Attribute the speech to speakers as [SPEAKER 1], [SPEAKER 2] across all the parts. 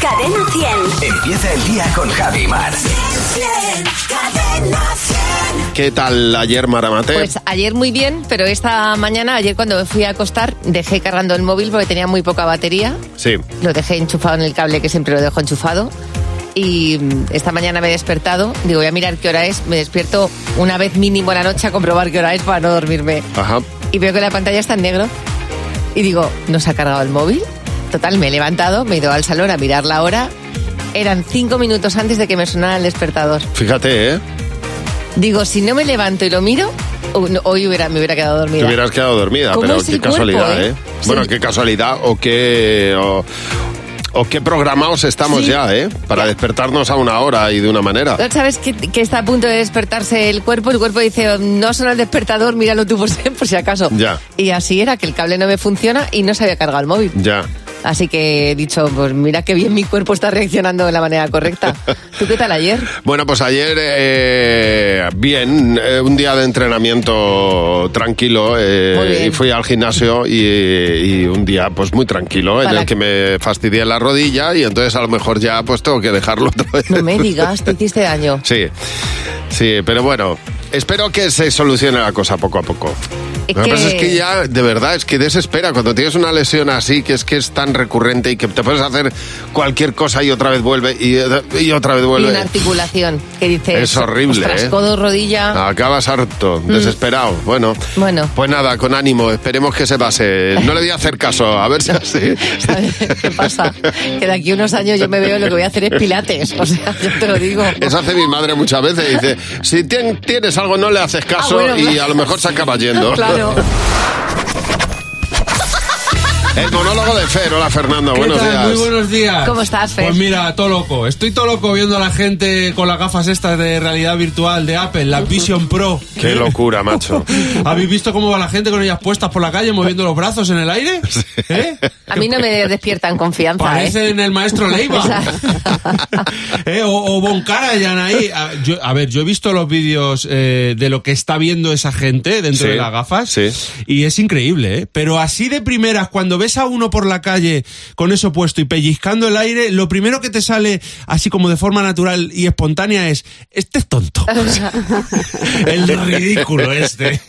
[SPEAKER 1] Cadena 100.
[SPEAKER 2] Empieza el día con Javi Mar.
[SPEAKER 1] Cadena 100.
[SPEAKER 3] ¿Qué tal ayer, Maramate?
[SPEAKER 4] Pues ayer muy bien, pero esta mañana, ayer cuando me fui a acostar, dejé cargando el móvil porque tenía muy poca batería.
[SPEAKER 3] sí.
[SPEAKER 4] Lo dejé enchufado en el cable que siempre lo dejo enchufado. Y mm, esta mañana me he despertado. Digo, voy a mirar qué hora es. Me despierto una vez mínimo a la noche a comprobar qué hora es para no dormirme.
[SPEAKER 3] Ajá.
[SPEAKER 4] Y veo que la pantalla está en negro. Y digo, ¿no se ha cargado el móvil? Total, me he levantado, me he ido al salón a mirar la hora. Eran cinco minutos antes de que me sonara el despertador.
[SPEAKER 3] Fíjate, ¿eh?
[SPEAKER 4] Digo, si no me levanto y lo miro, o- no, hoy hubiera, me hubiera quedado dormida.
[SPEAKER 3] Te hubieras quedado dormida,
[SPEAKER 4] ¿Cómo
[SPEAKER 3] pero
[SPEAKER 4] es
[SPEAKER 3] qué
[SPEAKER 4] el cuerpo,
[SPEAKER 3] casualidad,
[SPEAKER 4] eh?
[SPEAKER 3] ¿eh? Bueno,
[SPEAKER 4] Sí.
[SPEAKER 3] qué casualidad o qué... O, o qué programados estamos
[SPEAKER 4] Sí.
[SPEAKER 3] ya, ¿eh? Para despertarnos a una hora y de una manera.
[SPEAKER 4] ¿No ¿Sabes que, que está a punto de despertarse el cuerpo? El cuerpo dice, no suena el despertador, míralo tú por si, por si acaso.
[SPEAKER 3] Ya.
[SPEAKER 4] Y así era, que el cable no me funciona y no se había cargado el móvil.
[SPEAKER 3] Ya.
[SPEAKER 4] Así que he dicho, pues mira qué bien mi cuerpo está reaccionando de la manera correcta. ¿Tú qué tal ayer?
[SPEAKER 3] Bueno, pues ayer, eh, bien, eh, un día de entrenamiento tranquilo eh,
[SPEAKER 4] Muy bien.
[SPEAKER 3] y fui al gimnasio y, y un día pues muy tranquilo en
[SPEAKER 4] Para-
[SPEAKER 3] el que me fastidié la rodilla y entonces a lo mejor ya pues tengo que dejarlo otra vez.
[SPEAKER 4] No me digas, te hiciste daño.
[SPEAKER 3] Sí, sí, pero bueno, espero que se solucione la cosa poco a poco.
[SPEAKER 4] Es
[SPEAKER 3] Lo que pasa es
[SPEAKER 4] que-
[SPEAKER 3] que ya, de verdad, es que desespera cuando tienes una lesión así, que es que es tan recurrente y que te puedes hacer cualquier cosa y otra vez vuelve y, y otra vez
[SPEAKER 4] Y
[SPEAKER 3] vuelve.
[SPEAKER 4] una articulación que dice...
[SPEAKER 3] eh, Es horrible, ¿eh?
[SPEAKER 4] codo, rodilla...
[SPEAKER 3] Acabas harto, desesperado. Bueno,
[SPEAKER 4] Mm. Bueno.
[SPEAKER 3] pues nada, con ánimo, esperemos que se pase. No le voy a hacer caso, a ver si así.
[SPEAKER 4] ¿sabes ¿Qué pasa? Que de aquí a unos años yo me veo y lo que voy a hacer es pilates. O sea, yo te lo digo.
[SPEAKER 3] Eso hace mi madre muchas veces. Dice: Si tien- tienes algo, no le haces caso
[SPEAKER 4] Ah, bueno,
[SPEAKER 3] y
[SPEAKER 4] claro.
[SPEAKER 3] a lo mejor se acaba yendo.
[SPEAKER 4] Claro.
[SPEAKER 3] El monólogo de Fer. Hola, Fernando.
[SPEAKER 5] ¿Qué
[SPEAKER 3] Buenos
[SPEAKER 5] tal?
[SPEAKER 3] días.
[SPEAKER 5] Muy buenos días.
[SPEAKER 4] ¿Cómo estás, Fer?
[SPEAKER 5] Pues mira, todo loco. Estoy todo loco viendo a la gente con las gafas estas de realidad virtual de Apple, la Vision Pro.
[SPEAKER 3] Qué locura, macho.
[SPEAKER 5] ¿Habéis visto cómo va la gente con ellas puestas por la calle moviendo los brazos en el aire? ¿Eh?
[SPEAKER 4] A mí no me despiertan confianza, ¿eh?
[SPEAKER 5] Parecen el maestro Leiva.
[SPEAKER 4] Esa-
[SPEAKER 5] Eh, O, o Von Karajan ahí. A, yo- a ver, yo he visto los vídeos eh, de lo que está viendo esa gente dentro
[SPEAKER 3] Sí,
[SPEAKER 5] de las gafas.
[SPEAKER 3] sí.
[SPEAKER 5] Y es increíble, ¿eh? Pero así de primeras, cuando ves a uno por la calle con eso puesto y pellizcando el aire, lo primero que te sale, así como de forma natural y espontánea, es: Este es tonto. el ridículo este.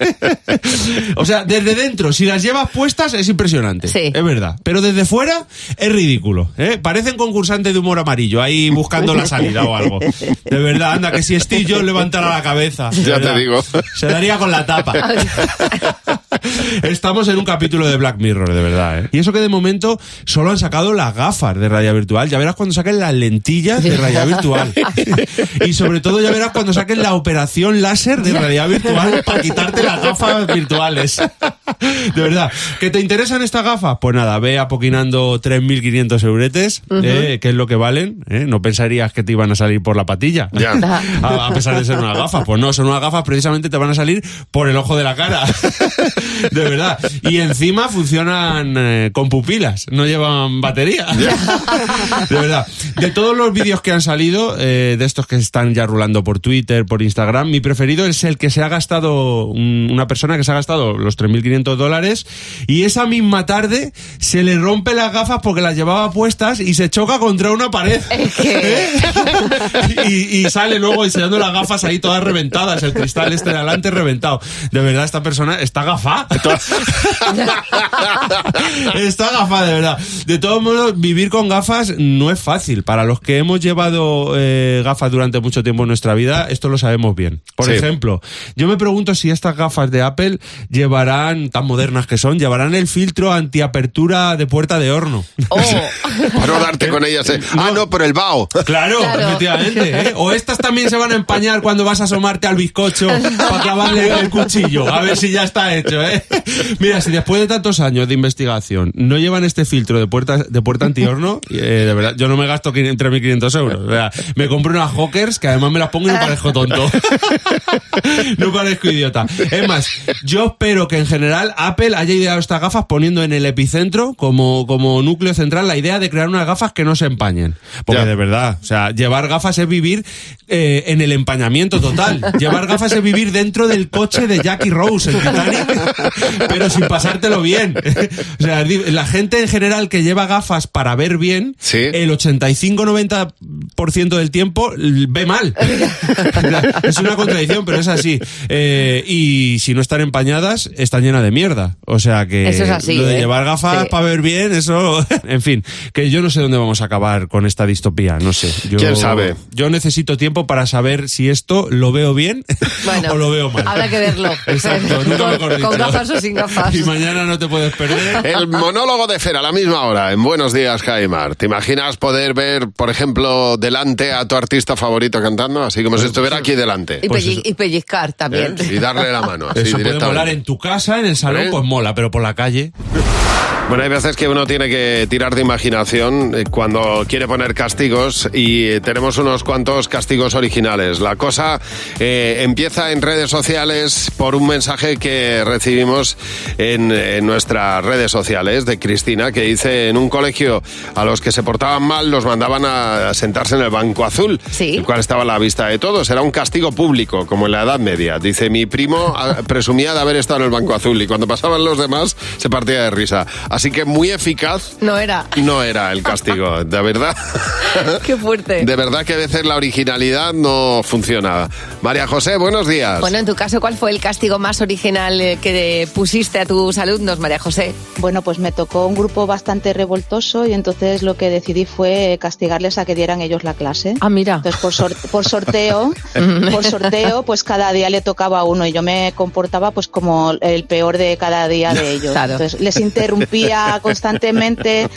[SPEAKER 5] o sea, desde dentro, si las llevas puestas, es impresionante.
[SPEAKER 4] Sí.
[SPEAKER 5] Es verdad. Pero desde fuera, es ridículo. ¿eh? Parecen concursantes de humor amarillo, ahí buscando la salida o algo. De verdad, anda, que si Steve Jobs levantara la cabeza. de
[SPEAKER 3] Ya te
[SPEAKER 5] verdad,
[SPEAKER 3] digo.
[SPEAKER 5] Se daría con la tapa. Estamos en un capítulo de Black Mirror, de verdad. ¿eh? Y eso que de momento solo han sacado las gafas de realidad virtual. Ya verás cuando saquen las lentillas de realidad virtual. y sobre todo ya verás cuando saquen la operación láser de realidad virtual para quitarte las gafas virtuales. de verdad. ¿Que te interesan estas gafas? Pues nada, ve apoquinando 3.500 euretes, eh, que es lo que valen. ¿eh? No pensarías que te iban a salir por la patilla.
[SPEAKER 3] Ya.
[SPEAKER 5] A, a pesar de ser unas gafas. Pues no, son unas gafas precisamente te van a salir por el ojo de la cara. De verdad. Y encima funcionan eh, con pupilas, no llevan batería. De verdad. De todos los vídeos que han salido, eh, de estos que están ya rulando por Twitter, por Instagram, mi preferido es el que se ha gastado, un- una persona que se ha gastado los 3.500 dólares y esa misma tarde se le rompe las gafas porque las llevaba puestas y se choca contra una pared. ¿Eh?
[SPEAKER 4] Es que-
[SPEAKER 6] ¿Eh?
[SPEAKER 5] y, y sale luego enseñando las gafas ahí todas reventadas, el cristal este de adelante reventado. De verdad, esta persona está gafá. está gafá, de verdad. De todos modos, vivir con gafas no es fácil. Para los que hemos llevado eh, gafas durante mucho tiempo en nuestra vida, esto lo sabemos bien. Por
[SPEAKER 3] Sí.
[SPEAKER 5] ejemplo, yo me pregunto si estas gafas de Apple llevarán, tan modernas que son, llevarán el filtro antiapertura de puerta de horno.
[SPEAKER 4] Oh.
[SPEAKER 3] Para no darte con ellas. eh. Ah, no, por el vaho.
[SPEAKER 5] Claro,
[SPEAKER 4] Claro.
[SPEAKER 5] efectivamente. ¿eh? O estas también se van a empañar cuando vas a asomarte al bizcocho para clavarle el cuchillo. A ver si ya está hecho, ¿eh? Mira, si después de tantos años de investigación no llevan este filtro de puerta, de puerta antihorno, eh, de verdad, yo no me gasto 500 3.500 euros. O sea, me compro unas Hawkers que además me las pongo y no parezco tonto. No parezco idiota. Es más, yo espero que en general tal Apple haya ideado estas gafas poniendo en el epicentro, como, como núcleo central, la idea de crear unas gafas que no se empañen. Porque
[SPEAKER 3] Ya.
[SPEAKER 5] de verdad, o sea, llevar gafas es vivir eh, en el empañamiento total. llevar gafas es vivir dentro del coche de Jackie Rose en Titanic, pero sin pasártelo bien. o sea, di- la gente en general que lleva gafas para ver bien,
[SPEAKER 3] Sí.
[SPEAKER 5] el 85-90% del tiempo l- ve mal. es una contradicción, pero es así. Eh, y si no están empañadas, están llenas de mierda. O sea que
[SPEAKER 4] Eso es así,
[SPEAKER 5] lo de
[SPEAKER 4] ¿eh?
[SPEAKER 5] llevar gafas
[SPEAKER 4] Sí.
[SPEAKER 5] para ver bien, eso... en fin, que yo no sé dónde vamos a acabar con esta distopía, no sé. Yo-
[SPEAKER 3] ¿Quién sabe?
[SPEAKER 5] Yo necesito tiempo para saber si esto lo veo bien
[SPEAKER 4] Bueno,
[SPEAKER 5] o lo veo mal.
[SPEAKER 4] habrá que verlo.
[SPEAKER 5] Exacto, nunca mejor
[SPEAKER 4] con,
[SPEAKER 5] dicho.
[SPEAKER 4] con gafas o sin gafas.
[SPEAKER 5] Y mañana no te puedes perder.
[SPEAKER 3] El monólogo de Fer a la misma hora, en Buenos Días, Jaimar. ¿Te imaginas poder ver, por ejemplo, delante a tu artista favorito cantando? Así como si estuviera aquí delante.
[SPEAKER 4] Y,
[SPEAKER 5] Pues
[SPEAKER 4] pelli-
[SPEAKER 5] eso.
[SPEAKER 4] y pellizcar también.
[SPEAKER 3] ¿eh? Y darle la mano, así
[SPEAKER 5] Eso puede
[SPEAKER 3] directamente.
[SPEAKER 5] molar en tu casa, en el salón,
[SPEAKER 3] ¿Eh?
[SPEAKER 5] pues mola, pero por la calle...
[SPEAKER 3] Bueno, hay veces que uno tiene que tirar de imaginación eh, cuando quiere poner castigos y eh, tenemos unos cuantos castigos originales. La cosa eh, empieza en redes sociales por un mensaje que recibimos en, en nuestras redes sociales de Cristina que dice en un colegio a los que se portaban mal los mandaban a sentarse en el banco azul,
[SPEAKER 4] Sí.
[SPEAKER 3] el cual estaba a la vista de todos. Era un castigo público, como en la Edad Media. Dice, mi primo ah, presumía de haber estado en el banco azul y cuando pasaban los demás se partía de risa. Así que muy eficaz
[SPEAKER 4] No era.
[SPEAKER 3] no era el castigo, de verdad.
[SPEAKER 4] Qué fuerte.
[SPEAKER 3] De verdad que a veces la originalidad no funciona. María José, buenos días.
[SPEAKER 4] Bueno, en tu caso, ¿cuál fue el castigo más original eh, que pusiste a tus alumnos, María José?
[SPEAKER 7] Bueno, pues me tocó un grupo bastante revoltoso y entonces lo que decidí fue castigarles a que dieran ellos la clase.
[SPEAKER 4] Ah, mira.
[SPEAKER 7] Entonces por, sor- por sorteo, por sorteo, pues cada día le tocaba a uno y yo me comportaba pues como el peor de cada día de ellos.
[SPEAKER 4] Claro.
[SPEAKER 7] Entonces les interrumpía constantemente,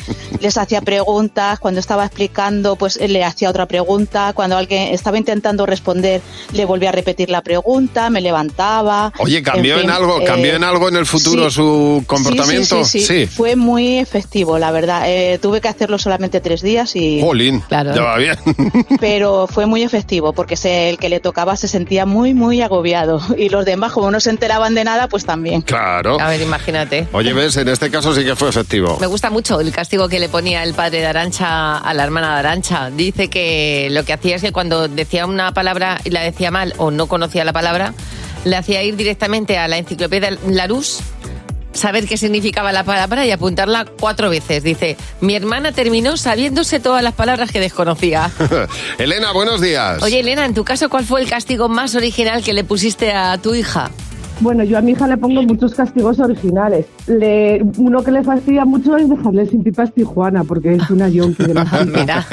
[SPEAKER 7] les hacía preguntas, cuando estaba explicando pues le hacía otra pregunta, cuando alguien estaba intentando responder le volvía a repetir la pregunta, me levantaba.
[SPEAKER 3] Oye, ¿cambió en,
[SPEAKER 7] fin,
[SPEAKER 3] algo? ¿Cambió
[SPEAKER 7] eh,
[SPEAKER 3] en algo en el futuro
[SPEAKER 7] sí.
[SPEAKER 3] su
[SPEAKER 7] Sí, sí,
[SPEAKER 3] comportamiento?
[SPEAKER 7] Sí, sí, Fue muy efectivo, la verdad. Eh, tuve que hacerlo solamente tres días, y,
[SPEAKER 3] Jolín,
[SPEAKER 4] Claro.
[SPEAKER 3] ya va bien.
[SPEAKER 7] pero fue muy efectivo porque se- el que le tocaba se sentía muy, muy agobiado. Y los demás, como no se enteraban de nada, pues también.
[SPEAKER 3] claro.
[SPEAKER 4] A ver, imagínate.
[SPEAKER 3] Oye, ves, en este caso sí que fue efectivo.
[SPEAKER 4] Me gusta mucho el castigo que le ponía el padre de Arancha a la hermana de Arancha. Dice que lo que hacía es que cuando decía una palabra y la decía mal o no conocía la palabra, le hacía ir directamente a la enciclopedia Larus, saber qué significaba la palabra y apuntarla cuatro veces. Dice, mi hermana terminó sabiéndose todas las palabras que desconocía.
[SPEAKER 3] Elena, buenos días.
[SPEAKER 4] Oye, Elena, en tu caso, ¿cuál fue el castigo más original que le pusiste a tu hija?
[SPEAKER 8] Bueno, yo a mi hija le pongo muchos castigos originales. Le- uno que le fastidia mucho es dejarle sin pipas Tijuana, porque es una yonki de las pipas.
[SPEAKER 4] Mira.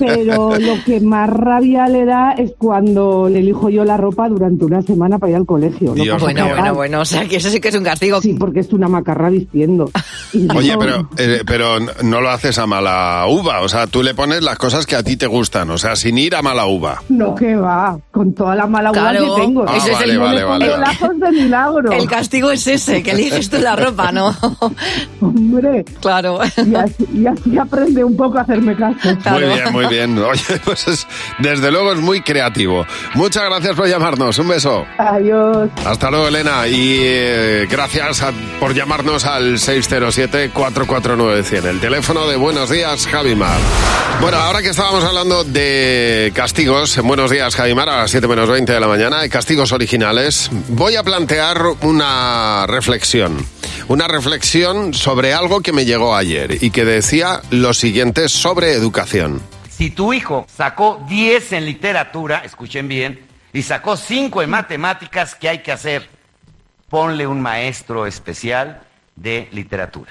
[SPEAKER 8] Pero lo que más rabia le da es cuando le elijo yo la ropa durante una semana para ir al colegio. Lo
[SPEAKER 3] Dios
[SPEAKER 8] paso
[SPEAKER 4] bueno,
[SPEAKER 3] mío.
[SPEAKER 8] fatal.
[SPEAKER 4] bueno, bueno. O sea, que eso sí que es un castigo.
[SPEAKER 8] Sí, porque es una macarra vistiendo. Y
[SPEAKER 3] Oye,
[SPEAKER 8] yo-
[SPEAKER 3] pero, eh, pero no lo haces a mala uva, o sea, tú le pones las cosas que a ti te gustan, o sea, sin ir a mala uva.
[SPEAKER 8] No, que va, con toda la mala uva
[SPEAKER 4] Claro.
[SPEAKER 8] que tengo.
[SPEAKER 4] Ah, Ese es vale, el-
[SPEAKER 3] vale,
[SPEAKER 8] Yo le
[SPEAKER 3] vale,
[SPEAKER 8] pongo
[SPEAKER 3] vale.
[SPEAKER 8] lazos de milagro.
[SPEAKER 4] El castigo es ese, que eliges tú la ropa, ¿no?
[SPEAKER 8] Hombre,
[SPEAKER 4] claro.
[SPEAKER 8] y así, y así aprende un poco a hacerme caso.
[SPEAKER 4] Claro.
[SPEAKER 3] Muy bien, muy bien. Oye, pues es- desde luego es muy creativo. Muchas gracias por llamarnos, un beso.
[SPEAKER 8] Adiós.
[SPEAKER 3] Hasta luego, Elena, y eh, gracias a- por llamarnos al 607-449-100, el teléfono de Buenos Días, Javimar. Bueno, ahora que estábamos hablando de castigos, en Buenos Días, Javimar, a las 7 menos 20 de la mañana, de castigos originales, voy a plantear una reflexión. Una reflexión sobre algo que me llegó ayer y que decía lo siguiente sobre educación.
[SPEAKER 9] Si tu hijo sacó 10 en literatura, escuchen bien, y sacó 5 en matemáticas, ¿qué hay que hacer? Ponle un maestro especial de literatura.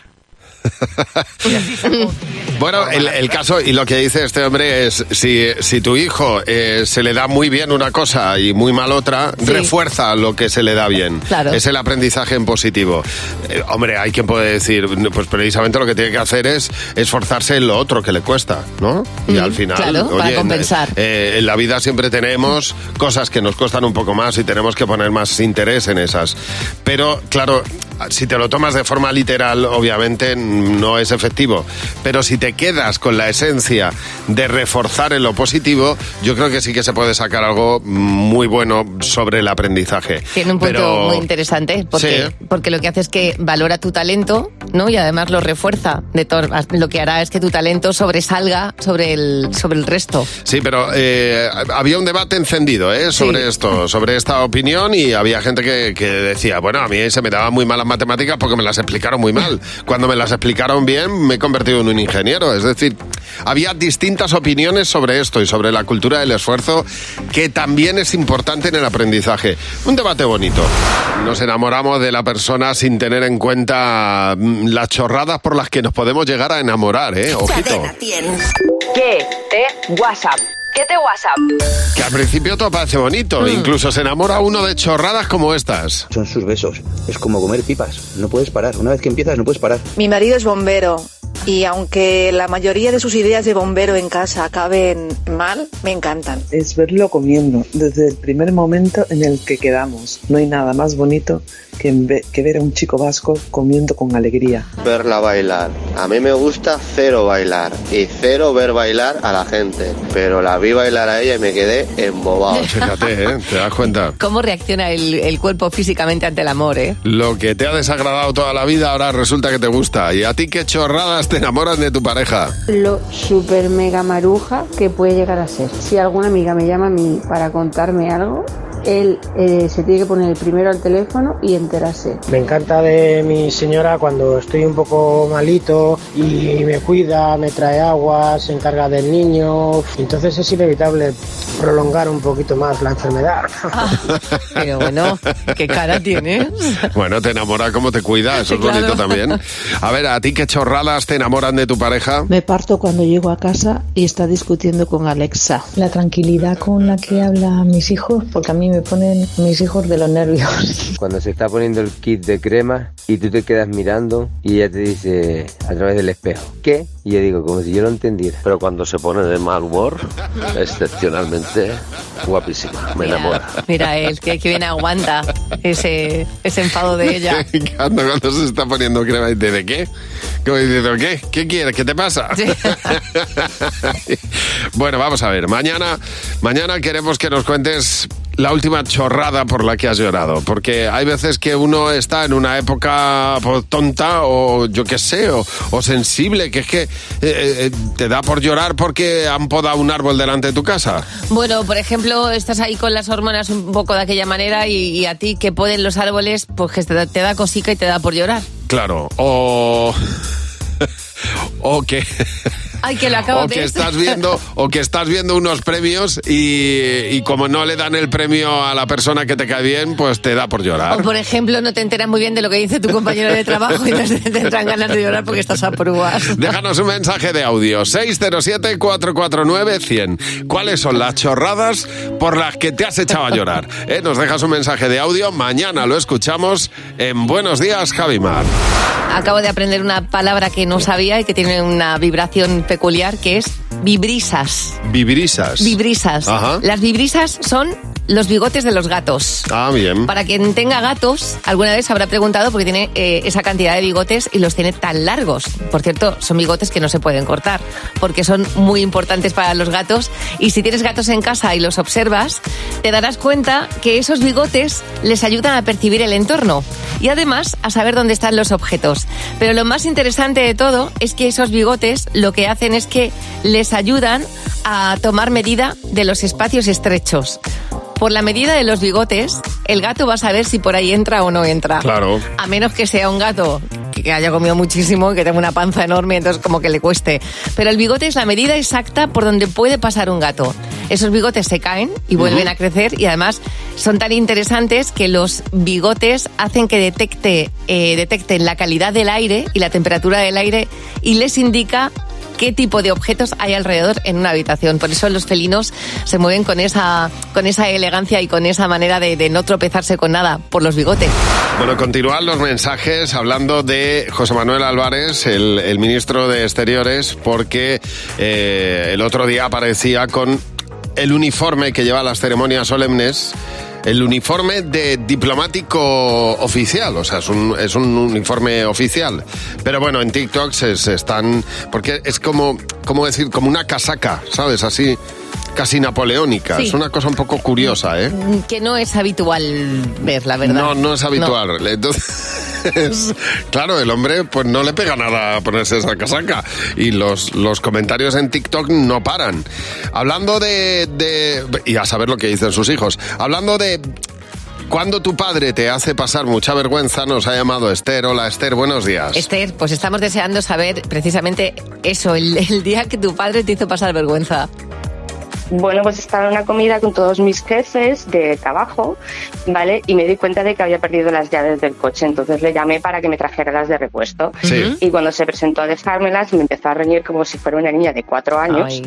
[SPEAKER 9] Y así sacó 10 en
[SPEAKER 3] Bueno, el, el caso y lo que dice este hombre es, si, si tu hijo eh, se le da muy bien una cosa y muy mal otra,
[SPEAKER 4] Sí.
[SPEAKER 3] refuerza lo que se le da bien.
[SPEAKER 4] Claro.
[SPEAKER 3] Es el aprendizaje en positivo. Eh, hombre, hay quien puede decir, no, pues precisamente lo que tiene que hacer es esforzarse en lo otro que le cuesta, ¿no? Y
[SPEAKER 4] Mm,
[SPEAKER 3] al final,
[SPEAKER 4] claro, para
[SPEAKER 3] oye, en-
[SPEAKER 4] compensar.
[SPEAKER 3] eh, en la vida siempre tenemos cosas que nos cuestan un poco más y tenemos que poner más interés en esas. Pero, claro, si te lo tomas de forma literal, obviamente no es efectivo. Pero si te quedas con la esencia de reforzar en lo positivo, yo creo que sí que se puede sacar algo muy bueno sobre el aprendizaje.
[SPEAKER 4] Tiene un punto
[SPEAKER 3] Pero-
[SPEAKER 4] muy interesante, porque,
[SPEAKER 3] Sí.
[SPEAKER 4] porque lo que hace es que valora tu talento, ¿no? Y además lo refuerza. De tor- lo que hará es que tu talento sobresalga sobre el, sobre el resto.
[SPEAKER 3] Sí, pero eh, había un debate encendido ¿eh? sobre esto, sobre esta opinión y había gente que, que decía, bueno, a mí se me daban muy malas matemáticas porque me las explicaron muy mal. Cuando me las explicaron bien, me he convertido en un ingeniero. Es decir, había distintas opiniones sobre esto y sobre la cultura del esfuerzo que también es importante en el aprendizaje. Un debate bonito. Nos enamoramos de la persona sin tener en cuenta mm, las chorradas por las que nos podemos llegar a enamorar, ¿eh? Ojito.
[SPEAKER 1] Cadena 100. ¿Qué te WhatsApp? ¿Qué te WhatsApp?
[SPEAKER 3] Que al principio todo parece bonito,
[SPEAKER 4] Mm.
[SPEAKER 3] incluso se enamora uno de chorradas como estas.
[SPEAKER 10] Son sus besos. Es como comer pipas. No puedes parar. Una vez que empiezas, no puedes parar.
[SPEAKER 11] Mi marido es bombero y aunque la mayoría de sus ideas de bombero en casa acaben mal, me encantan.
[SPEAKER 12] Es verlo comiendo desde el primer momento en el que quedamos. No hay nada más bonito que, en ve- que ver a un chico vasco comiendo con alegría.
[SPEAKER 13] Verla bailar. A mí me gusta cero bailar y cero ver bailar a la gente. Pero la vi bailar a ella y me quedé embobado.
[SPEAKER 3] Fíjate, ¿eh? ¿Te das cuenta?
[SPEAKER 4] ¿Cómo reacciona el, el cuerpo físicamente ante el amor, eh?
[SPEAKER 3] Lo que te ha desagradado toda la vida ahora resulta que te gusta. ¿Y a ti qué chorradas te enamoran de tu pareja?
[SPEAKER 14] lo super mega maruja que puede llegar a ser. Si alguna amiga me llama a mí para contarme algo, él eh, se tiene que poner el primero al teléfono y enterarse.
[SPEAKER 15] Me encanta de mi señora cuando estoy un poco malito y me cuida, me trae agua, se encarga del niño. Entonces es inevitable prolongar un poquito más la enfermedad.
[SPEAKER 4] Ah. Pero bueno, qué cara tienes.
[SPEAKER 3] Bueno, te enamora como te cuida, eso es
[SPEAKER 4] Claro.
[SPEAKER 3] bonito también. A ver, ¿a ti qué chorradas te enamoran de tu pareja?
[SPEAKER 16] Me parto cuando llego a casa y está discutiendo con Alexa. La tranquilidad con la que hablan mis hijos, porque a mí me ponen mis hijos de los nervios.
[SPEAKER 17] Cuando se está poniendo el kit de crema y tú te quedas mirando y ella te dice a través del espejo, ¿qué? Y yo digo, como si yo lo entendiera. Pero cuando se pone de mal humor, excepcionalmente guapísima, me enamora.
[SPEAKER 4] Mira él, que, que bien aguanta ese, ese enfado de ella.
[SPEAKER 3] Cuando, cuando se está poniendo crema y te dice, ¿qué? Como diciendo, ¿qué? ¿Qué quieres? ¿Qué te pasa? bueno, vamos a ver. Mañana, mañana queremos que nos cuentes la última chorrada por la que has llorado. Porque hay veces que uno está en una época pues, tonta o yo qué sé, o, o sensible, que es que eh, eh, te da por llorar porque han podado un árbol delante de tu casa.
[SPEAKER 4] Bueno, por ejemplo, estás ahí con las hormonas un poco de aquella manera y, y a ti que ponen los árboles, pues que te da, te da cosica y te da por llorar.
[SPEAKER 3] Claro. O. o que.
[SPEAKER 4] Ay, que lo acabo
[SPEAKER 3] o
[SPEAKER 4] de
[SPEAKER 3] que estás viendo o que estás viendo unos premios y, y como no le dan el premio a la persona que te cae bien pues te da por llorar
[SPEAKER 4] O, por ejemplo, no te enteras muy bien de lo que dice tu compañero de trabajo y te, te entran ganas de llorar porque estás a pruebas.
[SPEAKER 3] Déjanos un mensaje de audio 607-449-100. ¿Cuáles son las chorradas por las que te has echado a llorar? Eh, Nos dejas un mensaje de audio, mañana lo escuchamos en Buenos Días Javimar.
[SPEAKER 4] Acabo de aprender una palabra que no sabía y que tiene una vibración peculiar, que es vibrisas.
[SPEAKER 3] Vibrisas.
[SPEAKER 4] Vibrisas.
[SPEAKER 3] Ajá.
[SPEAKER 4] Las vibrisas son los bigotes de los gatos.
[SPEAKER 3] Ah, bien.
[SPEAKER 4] Para quien tenga gatos, alguna vez habrá preguntado porque tiene eh, esa cantidad de bigotes y los tiene tan largos. Por cierto, son bigotes que no se pueden cortar porque son muy importantes para los gatos. Y si tienes gatos en casa y los observas, te darás cuenta que esos bigotes les ayudan a percibir el entorno y además a saber dónde están los objetos. Pero lo más interesante de todo es que esos bigotes lo que hacen es que les ayudan a tomar medida de los espacios estrechos. Por la medida de los bigotes, el gato va a saber si por ahí entra o no entra.
[SPEAKER 3] Claro.
[SPEAKER 4] A menos que sea un gato que haya comido muchísimo, que tenga una panza enorme, entonces como que le cueste. Pero el bigote es la medida exacta por donde puede pasar un gato. Esos bigotes se caen y vuelven
[SPEAKER 18] Ujú.
[SPEAKER 4] a crecer y además son tan interesantes que los bigotes hacen que detecte, eh, detecten la calidad del aire y la temperatura del aire y les indica qué tipo de objetos hay alrededor en una habitación. Por eso los felinos se mueven con esa, con esa elegancia y con esa manera de, de no tropezarse con nada por los bigotes.
[SPEAKER 3] Bueno, continúan los mensajes hablando de José Manuel Álvarez, el, el ministro de Exteriores, porque eh, el otro día aparecía con el uniforme que lleva a las ceremonias solemnes el uniforme de diplomático oficial, o sea, es un, es un uniforme oficial. Pero bueno, en TikTok se, se están, porque es como, ¿cómo decir? Como una casaca, ¿sabes? Así casi napoleónica.
[SPEAKER 4] Sí.
[SPEAKER 3] Es una cosa un poco curiosa, ¿eh?
[SPEAKER 4] Que no es habitual ver, la verdad.
[SPEAKER 3] No, no es habitual. Entonces, claro, el hombre pues no le pega nada a ponerse esa casaca. Y los, los comentarios en TikTok no paran. Hablando de, de... Y a saber lo que dicen sus hijos. Hablando de... Cuando tu padre te hace pasar mucha vergüenza, nos ha llamado Esther. Hola Esther, buenos días.
[SPEAKER 4] Esther, pues estamos deseando saber precisamente eso, el, el día que tu padre te hizo pasar vergüenza.
[SPEAKER 18] Bueno, pues estaba en una comida con todos mis jefes de trabajo, ¿vale? Y me di cuenta de que había perdido las llaves del coche, entonces le llamé para que me trajera las de repuesto.
[SPEAKER 19] Sí.
[SPEAKER 18] Y cuando se presentó a dejármelas, me empezó a reñir como si fuera una niña de cuatro años.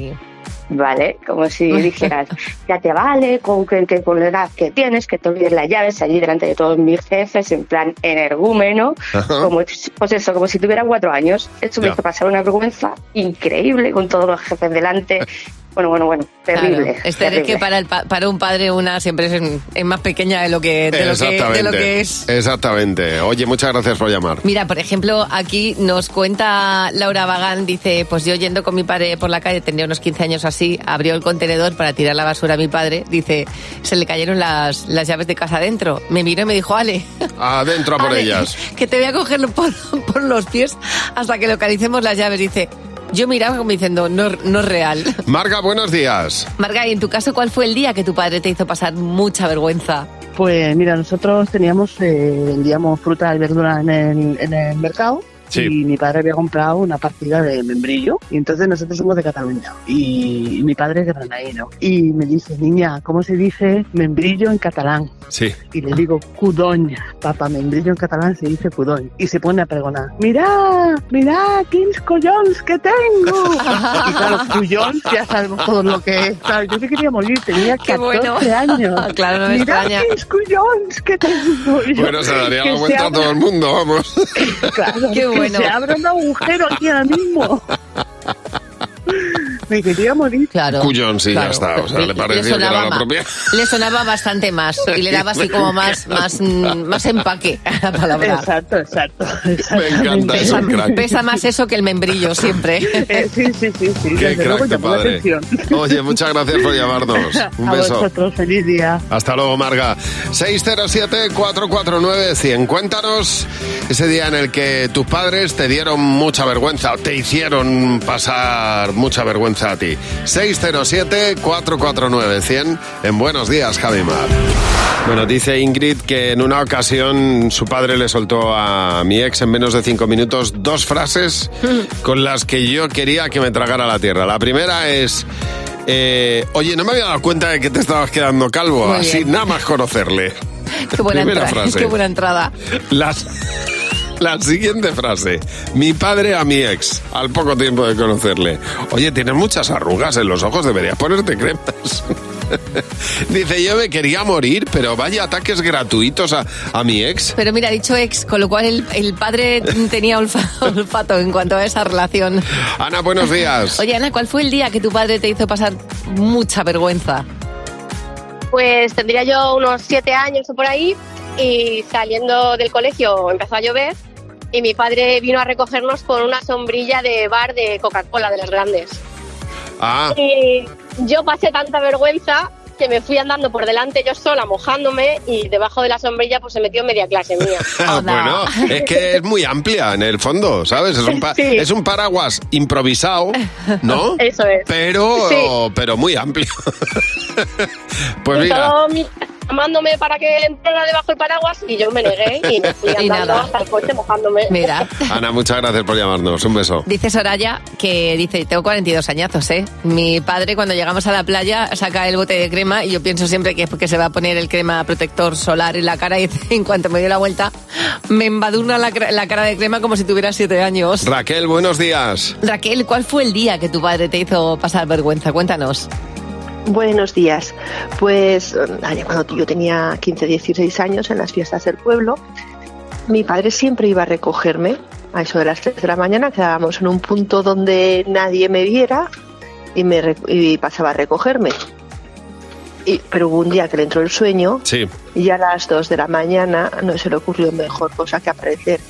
[SPEAKER 18] ¿Vale? Como si dijeras, ya te vale, con, que, que con la edad que tienes, que te olvides las llaves allí delante de todos mis jefes, en plan energúmeno,
[SPEAKER 19] Ajá.
[SPEAKER 18] como, pues eso, como si tuviera cuatro años. Esto me
[SPEAKER 19] Ya.
[SPEAKER 18] hizo pasar una vergüenza increíble con todos los jefes delante. Bueno, bueno, bueno, terrible.
[SPEAKER 4] Claro.
[SPEAKER 20] este
[SPEAKER 4] Esther, es que
[SPEAKER 18] terrible.
[SPEAKER 4] para, el pa- para un padre una siempre es, es más pequeña de lo que, de lo que- de lo
[SPEAKER 3] Exactamente.
[SPEAKER 4] que es.
[SPEAKER 3] Exactamente. Oye, muchas gracias por llamar.
[SPEAKER 4] Mira, por ejemplo, aquí nos cuenta Laura Bagán, dice, pues yo yendo con mi padre por la calle, tenía unos 15 años así, abrió el contenedor para tirar la basura a mi padre, dice, se le cayeron las, las llaves de casa adentro. Me miró y me dijo, Ale,
[SPEAKER 3] Adentro a por
[SPEAKER 4] Ale,
[SPEAKER 3] ellas.
[SPEAKER 4] que te voy a coger por, por los pies hasta que localicemos las llaves, dice. Yo miraba como diciendo, no, no es real.
[SPEAKER 3] Marga, buenos días.
[SPEAKER 4] Marga, y en tu caso, ¿cuál fue el día que tu padre te hizo pasar mucha vergüenza?
[SPEAKER 21] Pues mira, nosotros teníamos, eh, vendíamos fruta y verdura en el, en el mercado. Y mi padre había comprado una partida de membrillo. Y entonces nosotros somos de Cataluña. Y mi padre es de Granaíno. Y me dice, niña, ¿cómo se dice membrillo en catalán?
[SPEAKER 3] Sí.
[SPEAKER 21] Y le digo, cudoña. Papá, membrillo en catalán se dice cudoñ. Y se pone a pregonar. Mirá, mirá, qué collons que tengo. y claro, collons ya sabemos todo lo que es. Claro, yo me quería morir, tenía 14
[SPEAKER 4] Qué bueno.
[SPEAKER 21] años.
[SPEAKER 4] Claro, no me
[SPEAKER 21] Mirá
[SPEAKER 4] extraña.
[SPEAKER 21] qué collons que tengo. Y yo,
[SPEAKER 3] Bueno, se daría
[SPEAKER 21] que
[SPEAKER 3] la
[SPEAKER 21] se
[SPEAKER 3] vuelta a
[SPEAKER 21] abra-
[SPEAKER 3] todo el mundo, vamos.
[SPEAKER 21] Claro,
[SPEAKER 4] Qué
[SPEAKER 21] que
[SPEAKER 4] bueno.
[SPEAKER 21] se abra un agujero aquí ahora mismo. Me quería morir.
[SPEAKER 4] Claro.
[SPEAKER 3] Cuyón, sí, ya está. O sea, le pareció que era la
[SPEAKER 4] ma-
[SPEAKER 3] propia.
[SPEAKER 4] le sonaba bastante más y le daba así como más, más, mm, más empaque a la palabra.
[SPEAKER 21] Exacto, exacto.
[SPEAKER 3] Me encanta, es
[SPEAKER 4] Pesa,
[SPEAKER 3] un crack.
[SPEAKER 4] pesa más eso que el membrillo siempre.
[SPEAKER 21] Eh, sí, sí, sí. sí.
[SPEAKER 3] Qué crack tu padre. Oye, muchas gracias por llamarnos. Un
[SPEAKER 21] a
[SPEAKER 3] beso.
[SPEAKER 21] vosotros, feliz día.
[SPEAKER 3] Hasta luego, Marga. 607-449-100. Cuéntanos ese día en el que tus padres te dieron mucha vergüenza o te hicieron pasar mucha vergüenza a ti. 607-449-100. En buenos días, Javimar. Bueno, dice Ingrid que en una ocasión su padre le soltó a mi ex en menos de cinco minutos dos frases con las que yo quería que me tragara la tierra. La primera es... eh, oye, no me había dado cuenta de que te estabas quedando calvo,
[SPEAKER 4] Muy
[SPEAKER 3] así
[SPEAKER 4] bien.
[SPEAKER 3] nada más conocerle.
[SPEAKER 4] Qué buena,
[SPEAKER 3] Primera
[SPEAKER 4] entrada,
[SPEAKER 3] frase.
[SPEAKER 4] qué buena entrada.
[SPEAKER 3] La, la siguiente frase. Mi padre a mi ex, al poco tiempo de conocerle. Oye, tienes muchas arrugas en los ojos, deberías ponerte cremas. Dice, yo me quería morir, pero vaya ataques gratuitos a, a mi ex.
[SPEAKER 4] Pero mira, ha dicho ex, con lo cual el, el padre tenía olfa- olfato en cuanto a esa relación.
[SPEAKER 3] Ana, buenos días.
[SPEAKER 4] Oye, Ana, ¿cuál fue el día que tu padre te hizo pasar mucha vergüenza?
[SPEAKER 22] Pues tendría yo unos siete años o por ahí y saliendo del colegio empezó a llover y mi padre vino a recogernos con una sombrilla de bar de Coca-Cola de las grandes.
[SPEAKER 3] Ah,
[SPEAKER 22] Y yo pasé tanta vergüenza que me fui andando por delante yo sola mojándome y debajo de la sombrilla pues se metió media clase mía.
[SPEAKER 3] Ah, bueno, es que es muy amplia en el fondo, ¿sabes? Es un, pa- es un paraguas improvisado, ¿no?
[SPEAKER 22] Eso es.
[SPEAKER 3] Pero,
[SPEAKER 22] Sí.
[SPEAKER 3] pero muy amplio. pues
[SPEAKER 22] Y
[SPEAKER 3] mira.
[SPEAKER 22] todo mi- llamándome para que entrara debajo del paraguas y yo me negué y me fui
[SPEAKER 4] Y
[SPEAKER 22] andando
[SPEAKER 4] nada.
[SPEAKER 22] hasta el coche mojándome.
[SPEAKER 4] Mira.
[SPEAKER 3] Ana, muchas gracias por llamarnos. Un beso.
[SPEAKER 4] Dice Soraya que dice, tengo 42 añazos, ¿eh? Mi padre cuando llegamos a la playa saca el bote de crema y yo pienso siempre que es porque se va a poner el crema protector solar en la cara y dice, en cuanto me dio la vuelta, me embadurna la, cre- la cara de crema como si tuviera 7 años.
[SPEAKER 3] Raquel, buenos días.
[SPEAKER 4] Raquel, ¿cuál fue el día que tu padre te hizo pasar vergüenza? Cuéntanos.
[SPEAKER 6] Buenos días. Pues eh, cuando yo tenía 15, 16 años en las fiestas del pueblo, mi padre siempre iba a recogerme a eso de las 3 de la mañana. Quedábamos en un punto donde nadie me viera y, me, re- y pasaba a recogerme. y- pero hubo un día que le entró el sueño
[SPEAKER 3] Sí.
[SPEAKER 6] y a las 2 de la mañana no se le ocurrió mejor cosa que aparecer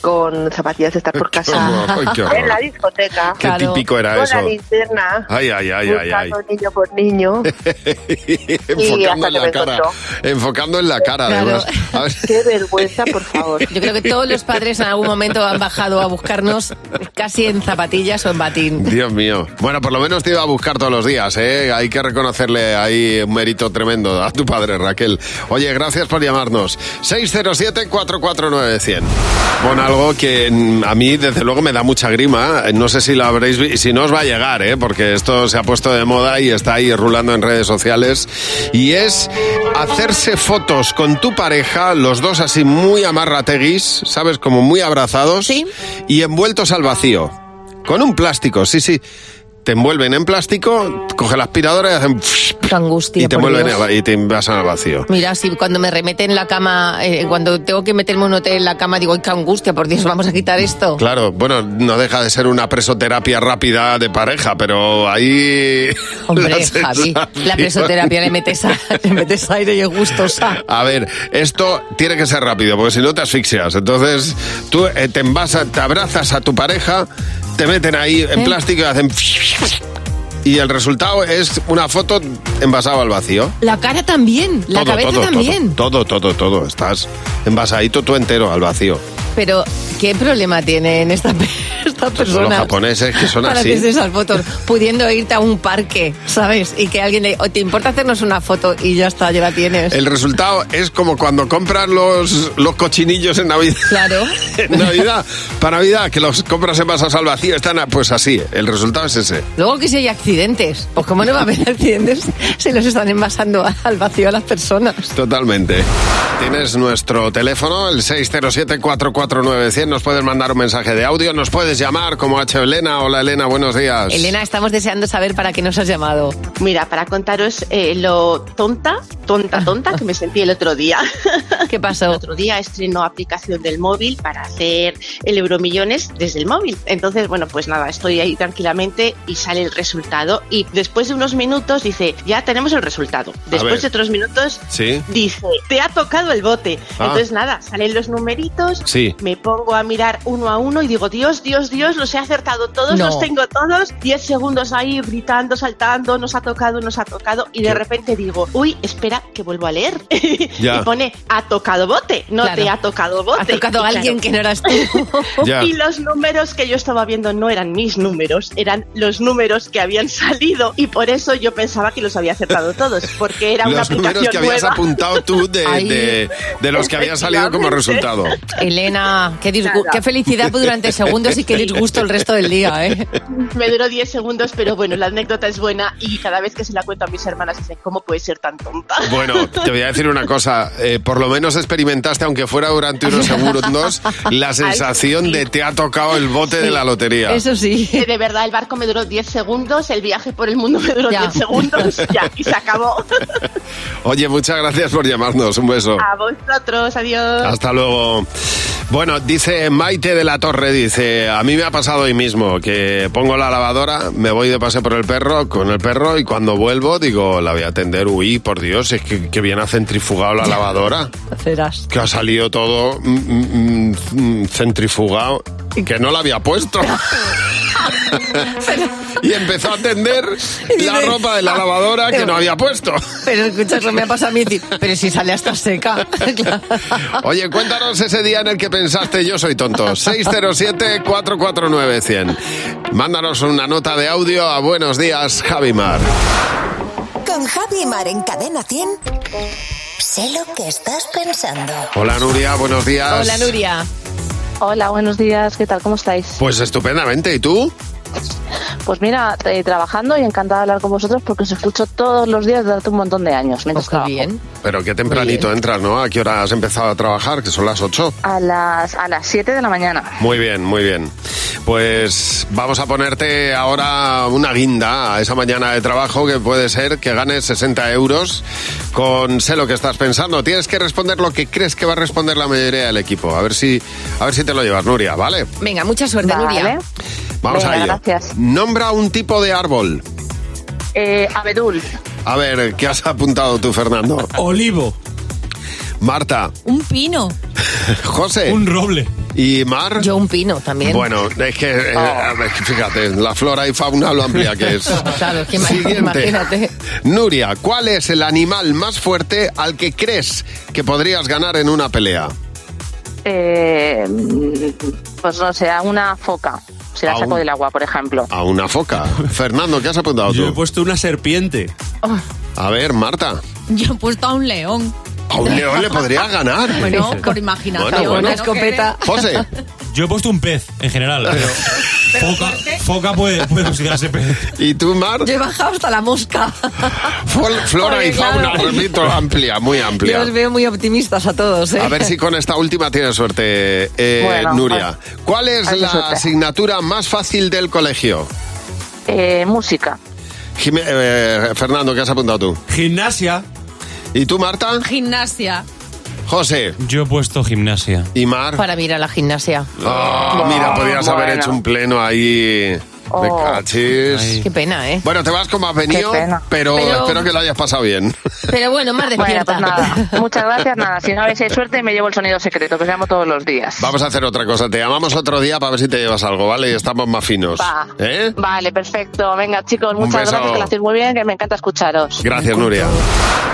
[SPEAKER 6] con zapatillas de estar por casa
[SPEAKER 3] horror, ay, qué horror.
[SPEAKER 6] en la discoteca.
[SPEAKER 3] Qué Claro. típico era
[SPEAKER 6] con
[SPEAKER 3] eso.
[SPEAKER 6] la linterna.
[SPEAKER 3] Ay, ay, ay, ay, ay.
[SPEAKER 6] buscando niño por niño.
[SPEAKER 3] enfocando
[SPEAKER 6] hasta
[SPEAKER 3] en
[SPEAKER 6] que
[SPEAKER 3] la
[SPEAKER 6] me
[SPEAKER 3] cara.
[SPEAKER 6] encontró.
[SPEAKER 3] Enfocando en la cara,
[SPEAKER 4] Claro.
[SPEAKER 3] además. A ver,
[SPEAKER 6] Qué vergüenza, por favor.
[SPEAKER 4] Yo creo que todos los padres en algún momento han bajado a buscarnos casi en zapatillas o en batín.
[SPEAKER 3] Dios mío. Bueno, por lo menos te iba a buscar todos los días, ¿eh? Hay que reconocerle ahí un mérito tremendo a tu padre, Raquel. Oye, gracias por llamarnos. 607-449-100. Bueno, algo que mm, a mí, desde luego, me da mucha grima. No sé si lo habréis vi- si no os va a llegar, ¿eh? Porque esto se ha puesto de moda y está ahí rulando en redes sociales. Y es hacerse fotos con tu pareja, los dos así muy amarrateguis, ¿sabes? Como muy abrazados. Y envueltos al vacío. Con un plástico, sí, sí. Te envuelven en plástico, coge la aspiradora y hacen... y te
[SPEAKER 4] por
[SPEAKER 3] envuelven
[SPEAKER 4] Dios.
[SPEAKER 3] en- y te envasan al vacío.
[SPEAKER 4] Mira, si cuando me remeten en la cama, eh, cuando tengo que meterme un hotel en la cama, digo, ¡ay, qué angustia! Por Dios, vamos a quitar esto.
[SPEAKER 3] Claro, bueno, no deja de ser una presoterapia rápida de pareja, pero ahí...
[SPEAKER 4] Hombre,
[SPEAKER 3] la
[SPEAKER 4] Javi, la
[SPEAKER 3] sensación-
[SPEAKER 4] presoterapia le metes, a- le metes aire y es gustosa.
[SPEAKER 3] A ver, esto tiene que ser rápido, porque si no te asfixias. Entonces, tú eh, te envasas, te abrazas a tu pareja, te meten ahí en
[SPEAKER 4] ¿Eh?
[SPEAKER 3] plástico y hacen... Y el resultado es una foto envasada al vacío.
[SPEAKER 4] La cara también, la
[SPEAKER 3] Todo,
[SPEAKER 4] cabeza
[SPEAKER 3] todo,
[SPEAKER 4] también.
[SPEAKER 3] Todo, todo, todo, todo. Estás envasadito tú entero al vacío.
[SPEAKER 4] Pero, ¿qué problema tienen estas pe- estas
[SPEAKER 3] Son los
[SPEAKER 4] personas?
[SPEAKER 3] japoneses que son
[SPEAKER 4] para
[SPEAKER 3] así.
[SPEAKER 4] hacerse esas fotos, pudiendo irte a un parque, ¿sabes? Y que alguien le o te importa hacernos una foto y ya está, ya la tienes.
[SPEAKER 3] El resultado es como cuando compras los, los cochinillos en Navidad.
[SPEAKER 4] Claro.
[SPEAKER 3] en Navidad, para Navidad, que los compras envasados al vacío, están a- pues así. El resultado es ese.
[SPEAKER 4] Luego que si hay accidentes, pues cómo no va a haber accidentes si los están envasando a- al vacío a las personas.
[SPEAKER 3] Totalmente. Tienes nuestro teléfono, el 607-449-100. Nos puedes mandar un mensaje de audio, nos puedes llamar como H. Elena. Hola, Elena, buenos días.
[SPEAKER 4] Elena, estamos deseando saber para qué nos has llamado.
[SPEAKER 19] Mira, para contaros eh, lo tonta, tonta, tonta que me sentí el otro día.
[SPEAKER 4] ¿Qué pasó?
[SPEAKER 19] El otro día estrenó aplicación del móvil para hacer el euromillones desde el móvil. Entonces, bueno, pues nada, estoy ahí tranquilamente y sale el resultado. Y después de unos minutos dice, ya tenemos el resultado.
[SPEAKER 3] ver.
[SPEAKER 19] Después de otros minutos
[SPEAKER 3] Sí.
[SPEAKER 19] dice, te ha tocado el bote.
[SPEAKER 3] Ah.
[SPEAKER 19] Entonces, nada, salen los numeritos,
[SPEAKER 3] Sí.
[SPEAKER 19] me pongo a mirar uno a uno y digo, Dios, Dios, Dios, los he acertado todos,
[SPEAKER 4] No.
[SPEAKER 19] los tengo todos. Diez segundos ahí gritando, saltando, nos ha tocado, nos ha tocado. Y de
[SPEAKER 4] ¿Qué?
[SPEAKER 19] repente digo, uy, espera, que vuelvo a leer.
[SPEAKER 3] Ya.
[SPEAKER 19] Y pone, ha tocado bote, no
[SPEAKER 4] Claro.
[SPEAKER 19] te ha tocado bote.
[SPEAKER 4] Ha tocado
[SPEAKER 19] Y
[SPEAKER 4] alguien que no eras tú.
[SPEAKER 3] Ya.
[SPEAKER 19] Y los números que yo estaba viendo no eran mis números, eran los números que habían salido. Y por eso yo pensaba que los había acertado todos, porque era una
[SPEAKER 3] los números
[SPEAKER 19] aplicación
[SPEAKER 3] que habías
[SPEAKER 19] nueva.
[SPEAKER 3] apuntado tú de,
[SPEAKER 19] Ahí.
[SPEAKER 3] de- de los que había salido como resultado.
[SPEAKER 4] Elena, qué, disgu-
[SPEAKER 19] Nada.
[SPEAKER 4] qué felicidad durante segundos y qué disgusto el resto del día, ¿eh?
[SPEAKER 19] Me duró 10 segundos, pero bueno, la anécdota es buena y cada vez que se la cuento a mis hermanas dicen, ¿cómo puede ser tan tonta?
[SPEAKER 3] Bueno, te voy a decir una cosa. eh, por lo menos experimentaste, aunque fuera durante unos segundos, la sensación de te ha tocado el bote de la lotería.
[SPEAKER 4] sí.
[SPEAKER 19] De verdad, el barco me duró 10 segundos, el viaje por el mundo me duró
[SPEAKER 4] Ya.
[SPEAKER 19] 10 segundos ya, y se acabó.
[SPEAKER 3] Oye, muchas gracias por llamarnos. Un beso.
[SPEAKER 19] A vosotros, adiós.
[SPEAKER 3] Hasta luego. Bueno, dice Maite de la Torre, dice, a mí me ha pasado hoy mismo que pongo la lavadora, me voy de paseo por el perro, con el perro, y cuando vuelvo digo, la voy a atender, uy, por Dios, es que, que bien ha centrifugado la lavadora.
[SPEAKER 4] Serás.
[SPEAKER 3] que ha salido todo mm, mm, mm, mm, centrifugado, que no la había puesto. y empezó a tender la ropa de la lavadora que no había puesto.
[SPEAKER 4] Pero escucha, eso me ha pasado a mí decir, pero si sale hasta seca. Claro.
[SPEAKER 3] Oye, cuéntanos ese día en el que pensaste yo soy tonto. 607-449-100. Mándanos una nota de audio a Buenos Días, Javimar.
[SPEAKER 20] Con Javi y Mar en Cadena 100. Sé lo que estás pensando.
[SPEAKER 3] Hola Nuria, buenos días.
[SPEAKER 20] Hola,
[SPEAKER 4] Nuria.
[SPEAKER 20] Hola, buenos días. ¿Qué tal? ¿Cómo estáis?
[SPEAKER 3] Pues estupendamente, ¿y tú?
[SPEAKER 20] Pues mira, eh, trabajando y encantada de hablar con vosotros porque os escucho todos los días durante un montón de años mientras
[SPEAKER 4] Pues
[SPEAKER 20] trabajo.
[SPEAKER 3] Pero qué tempranito entras, ¿no? ¿A qué hora has empezado a trabajar? Que son las 8.
[SPEAKER 20] A las, a las 7 de la mañana.
[SPEAKER 3] Muy bien, muy bien. Pues vamos a ponerte ahora una guinda a esa mañana de trabajo que puede ser que ganes 60 euros con sé lo que estás pensando. Tienes que responder lo que crees que va a responder la mayoría del equipo. A ver si, a ver si te lo llevas, Nuria, ¿vale?
[SPEAKER 4] Venga, mucha suerte, Nuria.
[SPEAKER 3] Vamos
[SPEAKER 20] Venga,
[SPEAKER 3] a ello.
[SPEAKER 20] gracias.
[SPEAKER 3] Nombra un tipo de árbol.
[SPEAKER 20] Eh, abedul,
[SPEAKER 3] A ver, ¿qué has apuntado tú, Fernando? Olivo. Marta.
[SPEAKER 2] Un pino.
[SPEAKER 3] José. Un roble. ¿Y Mar?
[SPEAKER 4] Yo un pino también.
[SPEAKER 3] Bueno, es que,
[SPEAKER 20] Oh.
[SPEAKER 3] eh, es que fíjate, la flora y fauna lo amplia que es.
[SPEAKER 4] Claro, es que ima-
[SPEAKER 3] Siguiente.
[SPEAKER 4] imagínate.
[SPEAKER 3] Nuria, ¿cuál es el animal más fuerte al que crees que podrías ganar en una pelea?
[SPEAKER 20] Eh, pues no sé, a una foca. Se la
[SPEAKER 3] A
[SPEAKER 20] saco
[SPEAKER 3] un-
[SPEAKER 20] del agua, por ejemplo.
[SPEAKER 3] A una foca. Fernando, ¿qué has apuntado tú? Yo he puesto una serpiente. A ver, Marta.
[SPEAKER 2] Yo he puesto a un león.
[SPEAKER 3] A un león le podrías ganar.
[SPEAKER 2] Bueno, por imaginación.
[SPEAKER 3] Bueno, bueno.
[SPEAKER 2] ¿no?
[SPEAKER 3] Escopeta. José.
[SPEAKER 5] Yo he puesto un pez en general, pero. foca, foca puede, puede considerarse pez.
[SPEAKER 3] ¿Y tú, Mar?
[SPEAKER 2] Yo he bajado hasta la mosca.
[SPEAKER 3] Fol- Flora
[SPEAKER 2] Porque,
[SPEAKER 3] y fauna,
[SPEAKER 2] claro,
[SPEAKER 3] repito, amplia, muy
[SPEAKER 2] Yo
[SPEAKER 3] amplia.
[SPEAKER 2] los veo muy optimistas a todos, ¿eh?
[SPEAKER 3] A ver si con esta última tienes suerte, eh,
[SPEAKER 20] Bueno,
[SPEAKER 3] Nuria. ¿Cuál es
[SPEAKER 20] hay
[SPEAKER 3] la
[SPEAKER 20] suerte.
[SPEAKER 3] asignatura más fácil del colegio?
[SPEAKER 20] Eh, música.
[SPEAKER 3] Jime- eh, Fernando, ¿qué has apuntado tú? Gimnasia. ¿Y tú, Marta?
[SPEAKER 2] Gimnasia.
[SPEAKER 3] José.
[SPEAKER 5] Yo he puesto gimnasia.
[SPEAKER 3] ¿Y Mar?
[SPEAKER 4] Para mirar la gimnasia.
[SPEAKER 3] Ah, mira, podrías haber
[SPEAKER 4] bueno.
[SPEAKER 3] hecho un pleno ahí. Me cachis.
[SPEAKER 4] Qué pena, ¿eh?
[SPEAKER 3] Bueno, te vas como has venido,
[SPEAKER 4] Qué pena.
[SPEAKER 3] pero,
[SPEAKER 4] Pero-
[SPEAKER 3] espero que lo hayas pasado bien.
[SPEAKER 4] Pero bueno, más
[SPEAKER 20] Bueno,
[SPEAKER 4] despierta.
[SPEAKER 20] pues nada. Muchas gracias, nada. Si no habéis hecho suerte, me llevo el sonido secreto, que os llamo todos los días.
[SPEAKER 3] Vamos a hacer otra cosa. Te llamamos otro día para ver si te llevas algo, ¿vale? Y estamos más finos.
[SPEAKER 20] Va.
[SPEAKER 3] ¿Eh?
[SPEAKER 20] Vale, perfecto. Venga, chicos,
[SPEAKER 3] Un
[SPEAKER 20] muchas
[SPEAKER 3] beso.
[SPEAKER 20] gracias, que lo hacéis muy bien, que me encanta escucharos.
[SPEAKER 3] Gracias, Nuria.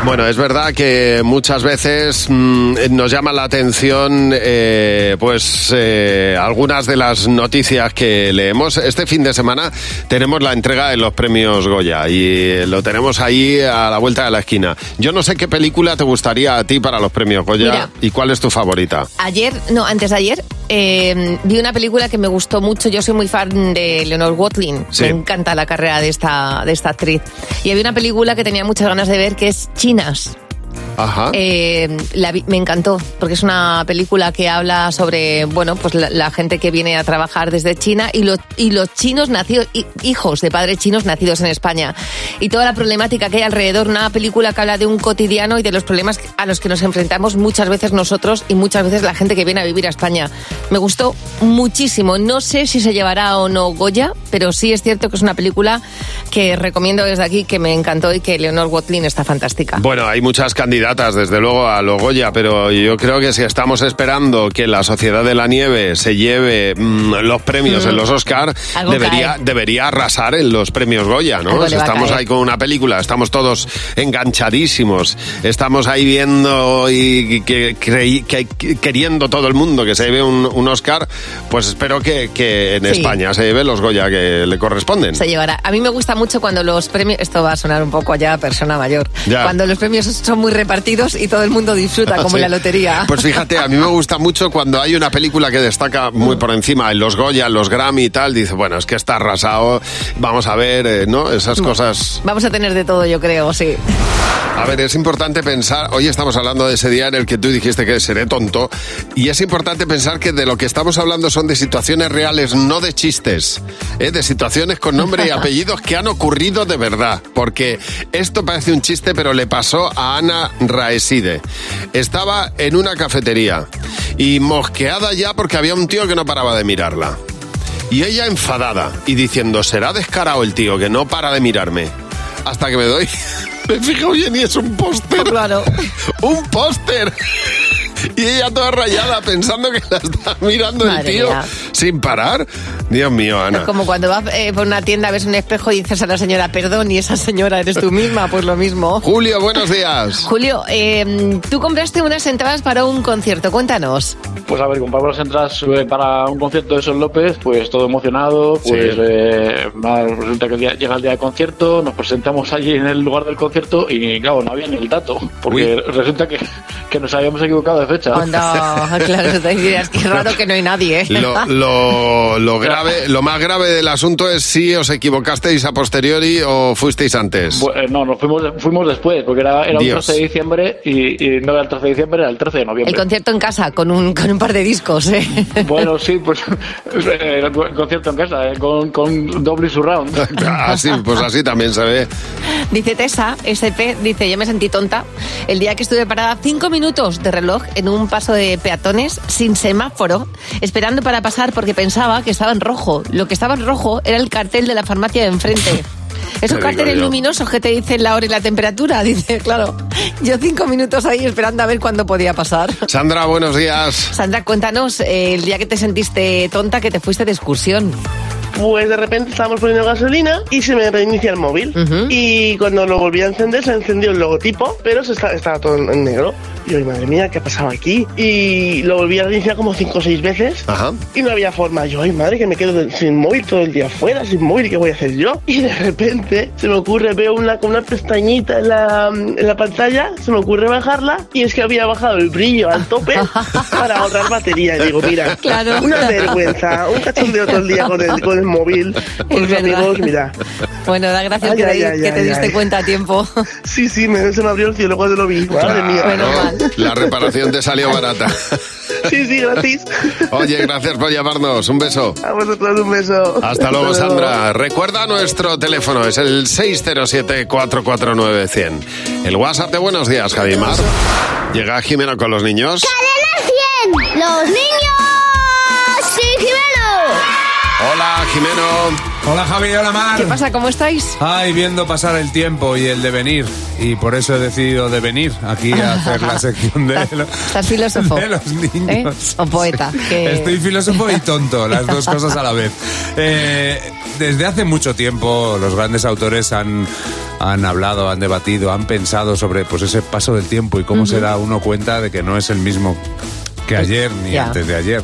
[SPEAKER 3] Bueno, es verdad que muchas veces mm, nos llama la atención eh, pues eh, algunas de las noticias que leemos. Este fin de semana tenemos la entrega de los premios Goya y eh, lo tenemos ahí a la vuelta de la esquina. Yo no sé qué película te gustaría a ti para los premios Goya
[SPEAKER 4] Mira.
[SPEAKER 3] y cuál es tu favorita.
[SPEAKER 4] Ayer, no, antes de ayer, eh, vi una película que me gustó mucho. Yo soy muy fan de Leonor Watling.
[SPEAKER 3] Sí.
[SPEAKER 4] Me encanta la carrera de esta, de esta actriz. Y había una película que tenía muchas ganas de ver que es Chinas.
[SPEAKER 3] Ajá.
[SPEAKER 4] Eh, la vi- me encantó, porque es una película que habla sobre, bueno, pues la, la gente que viene a trabajar desde China y, los y los chinos nacidos, hi- hijos de padres chinos nacidos en España. Y toda la problemática que hay alrededor, una película que habla de un cotidiano y de los problemas a los que nos enfrentamos muchas veces nosotros y muchas veces la gente que viene a vivir a España. Me gustó muchísimo. No sé si se llevará o no Goya, pero sí es cierto que es una película que recomiendo desde aquí, que me encantó y que Leonor Watling está fantástica.
[SPEAKER 3] Bueno, hay muchas candidatas, desde luego, a lo Goya, pero yo creo que si estamos esperando que la Sociedad de la Nieve se lleve mm, los premios en los Oscar,
[SPEAKER 5] Algo
[SPEAKER 3] debería,
[SPEAKER 5] cae.
[SPEAKER 3] debería arrasar en los premios Goya, ¿no?
[SPEAKER 5] Algo le
[SPEAKER 3] Si
[SPEAKER 5] va a
[SPEAKER 3] estamos
[SPEAKER 5] caer.
[SPEAKER 3] ahí con una película, estamos todos enganchadísimos, estamos ahí viendo y que, creí- que- que- queriendo todo el mundo que se lleve un, un Oscar, pues espero que, que en
[SPEAKER 4] Sí.
[SPEAKER 3] España se lleve los Goya que le corresponden.
[SPEAKER 4] Se llevará. A mí me gusta mucho cuando los premios. Esto va a sonar un poco ya a persona mayor.
[SPEAKER 3] Ya.
[SPEAKER 4] Cuando los premios son muy repartidos y todo el mundo disfruta, como en
[SPEAKER 3] Sí.
[SPEAKER 4] la lotería.
[SPEAKER 3] Pues fíjate, a mí me gusta mucho cuando hay una película que destaca muy por encima, en los Goya, en los Grammy y tal, dice, bueno, es que está arrasado, vamos a ver, eh, ¿no? Esas cosas...
[SPEAKER 4] Vamos a tener de todo, yo creo, sí.
[SPEAKER 3] A ver, es importante pensar, hoy estamos hablando de ese día en el que tú dijiste que seré tonto, y es importante pensar que de lo que estamos hablando son de situaciones reales, no de chistes, ¿eh? de situaciones con nombre y apellidos que han ocurrido de verdad, porque esto parece un chiste, pero le pasó a Ana Raeside. Estaba en una cafetería y mosqueada ya porque había un tío que no paraba de mirarla. Y ella enfadada y diciendo, será descarado el tío que no para de mirarme. Hasta que me doy... Me fijo bien y es un póster.
[SPEAKER 4] Claro.
[SPEAKER 3] Un póster. Y ella toda rayada pensando que la está mirando
[SPEAKER 4] Madre
[SPEAKER 3] el tío
[SPEAKER 4] mía.
[SPEAKER 3] sin parar. Dios mío, Ana.
[SPEAKER 4] Como cuando vas eh, por una tienda, ves un espejo y dices a la señora, perdón, y esa señora eres tú misma, pues lo mismo.
[SPEAKER 3] Julio, buenos días.
[SPEAKER 4] Julio, eh, tú compraste unas entradas para un concierto, cuéntanos.
[SPEAKER 23] Pues a ver, compramos las entradas eh, para un concierto de Sol López, pues todo emocionado, pues eh, nada, resulta que el día- llega el día del concierto, nos presentamos allí en el lugar del concierto y claro, no había ni el dato, porque resulta que, que nos habíamos equivocado de fecha.
[SPEAKER 4] Anda, Ah, claro, te dirás, qué raro que no hay nadie. ¿eh?
[SPEAKER 3] Lo, lo- lo grave, lo más grave del asunto es si os equivocasteis a posteriori o fuisteis antes.
[SPEAKER 23] Bu- eh, no, nos fuimos, fuimos después, porque era, era un
[SPEAKER 3] Dios.
[SPEAKER 23] 13 de diciembre y, y no era el 13 de diciembre, era el 13 de noviembre.
[SPEAKER 4] El concierto en casa con un, con un par de discos, ¿eh?
[SPEAKER 23] Bueno, sí, pues eh, el concierto en casa, eh, con, con doble surround.
[SPEAKER 3] Así, pues así también se ve.
[SPEAKER 4] Dice Tessa, SP, dice, yo me sentí tonta el día que estuve parada cinco minutos de reloj en un paso de peatones sin semáforo, esperando para pasar porque pensaba que estaba en rojo. Lo que estaba en rojo era el cartel de la farmacia de enfrente. Esos
[SPEAKER 3] Te digo
[SPEAKER 4] carteles
[SPEAKER 3] yo.
[SPEAKER 4] luminosos que te dicen la hora y la temperatura. Dice, claro, yo cinco minutos ahí esperando a ver cuándo podía pasar.
[SPEAKER 3] Sandra, buenos días.
[SPEAKER 4] Sandra, cuéntanos eh, el día que te sentiste tonta que te fuiste de excursión.
[SPEAKER 21] Pues de repente estábamos poniendo gasolina y se me reinicia el móvil. Y cuando lo volví a encender, se encendió el logotipo, pero se está- estaba todo en negro. Y yo, "Ay, madre mía, ¿qué ha pasado aquí? Y lo volví a reiniciar como cinco o seis veces. Y no había forma. Yo, ay madre, que me quedo sin móvil todo el día afuera, sin móvil, ¿qué voy a hacer yo? Y de repente se me ocurre, veo una, con una pestañita en la, en la pantalla, se me ocurre bajarla y es que había bajado el brillo al tope para ahorrar batería. Y digo, mira,
[SPEAKER 24] Claro.
[SPEAKER 21] una vergüenza, un cachondeo todo el día con el, con el móvil, con los amigos, mira.
[SPEAKER 4] Bueno, da gracias
[SPEAKER 21] Ay,
[SPEAKER 4] que, te,
[SPEAKER 21] ay,
[SPEAKER 4] di-
[SPEAKER 21] ay,
[SPEAKER 4] que te
[SPEAKER 21] ay,
[SPEAKER 4] diste
[SPEAKER 21] ay.
[SPEAKER 4] cuenta a tiempo.
[SPEAKER 21] Sí, sí, me, se me abrió el cielo cuando lo vi. Madre mía.
[SPEAKER 3] La reparación te salió barata.
[SPEAKER 21] Sí, sí, gratis.
[SPEAKER 3] Oye, gracias por llamarnos. Un beso.
[SPEAKER 21] A vosotros un beso.
[SPEAKER 3] Hasta luego, Sandra. Recuerda nuestro teléfono, es el 607-449-100. El WhatsApp de Buenos Días, Javimar. Llega Jimeno con los niños.
[SPEAKER 24] ¡Los niños! ¡Sí,
[SPEAKER 3] Hola, Jimeno.
[SPEAKER 9] Hola, Javi. Hola, Mar.
[SPEAKER 4] ¿Qué pasa? ¿Cómo estáis?
[SPEAKER 9] Ay, viendo pasar el tiempo y el devenir. Y por eso he decidido de venir aquí a hacer la sección de... lo-
[SPEAKER 4] ¿Estás filósofo?
[SPEAKER 9] De los niños.
[SPEAKER 4] ¿Eh? ¿O poeta? que-
[SPEAKER 9] Estoy filósofo y tonto, las dos cosas a la vez. Eh, desde hace mucho tiempo los grandes autores han, han hablado, han debatido, han pensado sobre pues, ese paso del tiempo y cómo se da uno cuenta de que no es el mismo que ayer ni
[SPEAKER 15] ya.
[SPEAKER 9] antes de ayer.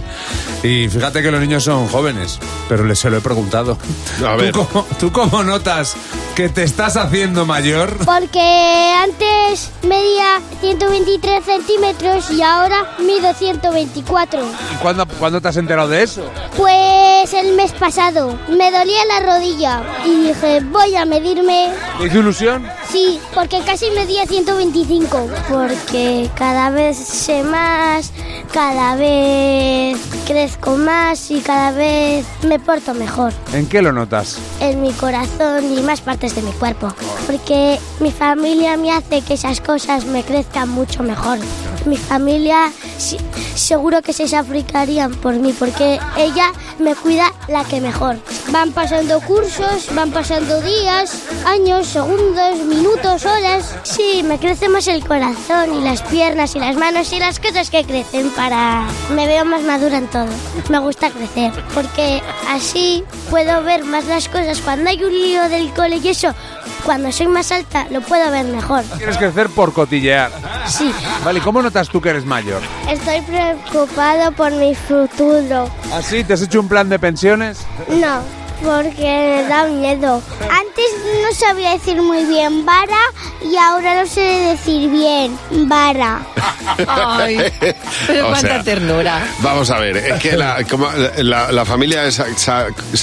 [SPEAKER 9] Y fíjate que los niños son jóvenes, pero les se lo he preguntado.
[SPEAKER 3] A ver.
[SPEAKER 9] ¿Tú, cómo, tú cómo notas que te estás haciendo mayor?
[SPEAKER 25] Porque antes medía 123 centímetros y ahora mido 124.
[SPEAKER 9] ¿Y cuándo, cuándo te has enterado de eso?
[SPEAKER 25] Pues el mes pasado me dolía la rodilla y dije voy a medirme.
[SPEAKER 9] ¿Te hizo ilusión?
[SPEAKER 25] Sí, porque casi medía 125. Porque cada vez sé más, cada vez crezco más y cada vez me porto mejor
[SPEAKER 9] ¿En qué lo notas?
[SPEAKER 25] en mi corazón y más partes de mi cuerpo. Porque mi familia me hace que esas cosas me crezcan mucho mejor. Mi familia si- seguro que se sacrificarían por mí porque ella me cuida la que mejor. Van pasando cursos, van pasando días, años, segundos, minutos, horas. Sí, me crece más el corazón y las piernas y las manos y las cosas que crecen para... Me veo más madura en todo. Me gusta crecer porque así puedo ver más las cosas. Cuando hay un lío del cole y eso, cuando soy más alta lo puedo ver mejor.
[SPEAKER 9] Quieres crecer por cotillear.
[SPEAKER 25] Sí.
[SPEAKER 9] Vale, ¿y cómo notas tú que eres mayor?
[SPEAKER 25] Estoy preocupado por mi futuro.
[SPEAKER 9] ¿Así? ¿Te has hecho un plan de pensiones?
[SPEAKER 25] No, porque me da miedo. Antes no sabía decir muy bien vara y ahora lo sé decir bien, vara.
[SPEAKER 4] Ay, pero
[SPEAKER 3] O
[SPEAKER 4] cuánta
[SPEAKER 3] sea,
[SPEAKER 4] ternura.
[SPEAKER 3] Vamos a ver, es que la, como- la- la familia es sa- sa- sacri-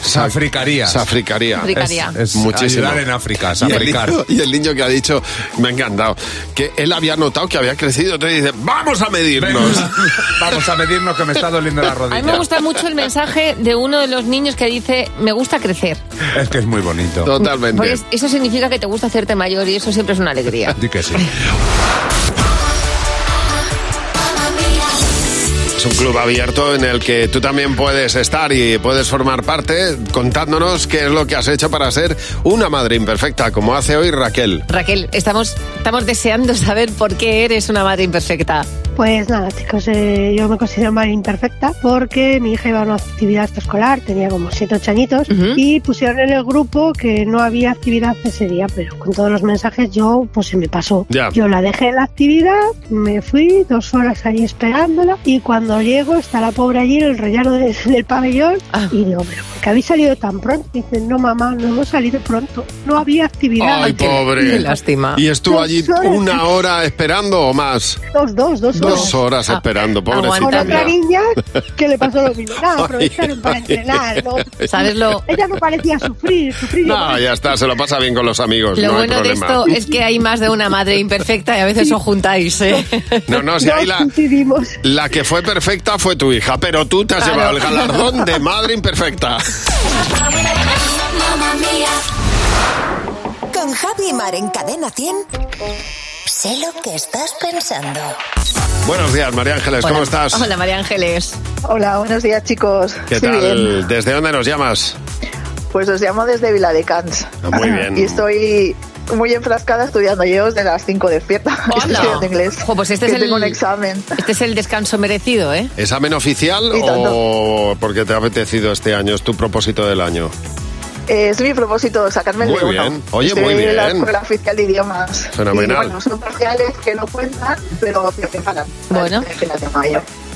[SPEAKER 3] sa-
[SPEAKER 9] Safricaría.
[SPEAKER 3] Safricaría.
[SPEAKER 4] Safricaría.
[SPEAKER 9] Es- es
[SPEAKER 3] Muchísimo.
[SPEAKER 9] ayudar en África,
[SPEAKER 3] Y el,
[SPEAKER 9] safricar.
[SPEAKER 3] niño, y el niño que ha dicho, me ha encantado, que él había notado que había crecido. Te dice, vamos a medirnos.
[SPEAKER 9] Vamos a medirnos que me está doliendo la
[SPEAKER 4] A mí me gusta mucho el mensaje de uno de los niños que dice, me gusta crecer.
[SPEAKER 9] Es que es muy bonito.
[SPEAKER 4] Porque es- eso significa que te gusta hacerte mayor y eso siempre es una alegría.
[SPEAKER 9] Di que sí.
[SPEAKER 3] Es un club abierto en el que tú también puedes estar y puedes formar parte contándonos qué es lo que has hecho para ser una madre imperfecta, como hace hoy Raquel.
[SPEAKER 4] Raquel, estamos, estamos deseando saber por qué eres una madre imperfecta.
[SPEAKER 19] Pues nada, chicos, eh, yo me considero madre imperfecta porque mi hija iba a una actividad extraescolar, tenía como 7 8 añitos, y pusieron en el grupo que no había actividad ese día, pero con todos los mensajes yo, pues se me pasó.
[SPEAKER 5] Ya.
[SPEAKER 19] Yo la dejé en la actividad, me fui dos horas ahí esperándola, y cuando llego está la pobre allí en el rellano de- del pabellón, y digo, pero ¿por qué habéis salido tan pronto? Y dicen, no mamá, no hemos salido pronto, no había actividad.
[SPEAKER 3] Ay, pobre. ¿Y estuvo
[SPEAKER 19] Dos
[SPEAKER 3] allí
[SPEAKER 19] horas.
[SPEAKER 3] una hora esperando o más?
[SPEAKER 19] Dos, dos, dos horas. Ah.
[SPEAKER 3] Dos
[SPEAKER 4] Ah,
[SPEAKER 3] horas eh, esperando, pobrecita.
[SPEAKER 19] Con otra
[SPEAKER 3] mía.
[SPEAKER 19] niña que le pasó lo mismo. Nada, aprovecharon para entrenar. ¿no?
[SPEAKER 4] ¿Sabes lo-
[SPEAKER 19] Ella no parecía sufrir, sufrir.
[SPEAKER 3] No, ya está, se lo pasa bien con los
[SPEAKER 9] Pues
[SPEAKER 3] amigos, no
[SPEAKER 4] Lo
[SPEAKER 3] hay
[SPEAKER 4] bueno de
[SPEAKER 3] problema.
[SPEAKER 4] esto es que hay más de una madre imperfecta y a veces os juntáis, ¿eh?
[SPEAKER 3] No, no, si ahí la,
[SPEAKER 19] Decidimos.
[SPEAKER 3] la que fue perfecta fue tu hija, pero tú te has
[SPEAKER 4] Claro.
[SPEAKER 3] llevado el galardón de madre imperfecta.
[SPEAKER 26] Con Javi y Mar en Cadena 100. Sé lo que estás pensando.
[SPEAKER 3] Buenos días, María Ángeles, Pues, ¿cómo
[SPEAKER 4] Hola.
[SPEAKER 3] estás?
[SPEAKER 4] Hola, María Ángeles.
[SPEAKER 1] Hola, buenos días, chicos.
[SPEAKER 3] ¿Qué
[SPEAKER 1] Sí,
[SPEAKER 3] tal?
[SPEAKER 1] bien.
[SPEAKER 3] ¿Desde dónde nos llamas?
[SPEAKER 1] Pues os llamo desde Viladecans.
[SPEAKER 3] Ah, muy bien.
[SPEAKER 1] Y estoy muy enfrascada estudiando. Llevo desde las 5 despierta.
[SPEAKER 4] Hola.
[SPEAKER 1] Estoy estudiando inglés.
[SPEAKER 4] pues este
[SPEAKER 1] que
[SPEAKER 4] es el-
[SPEAKER 1] tengo un examen.
[SPEAKER 4] Este es el descanso merecido, ¿eh?
[SPEAKER 3] ¿Examen oficial
[SPEAKER 1] Y tanto.
[SPEAKER 3] o porque te ha apetecido este año? Es tu propósito del año.
[SPEAKER 1] Eh, es mi propósito sacarme el
[SPEAKER 3] Muy
[SPEAKER 1] B1.
[SPEAKER 3] bien. Oye,
[SPEAKER 1] Estoy
[SPEAKER 3] muy
[SPEAKER 1] en la
[SPEAKER 3] bien.
[SPEAKER 1] escuela oficial de idiomas.
[SPEAKER 3] Fenomenal.
[SPEAKER 1] Y, bueno, son parciales que no cuentan, pero que preparan. Bueno.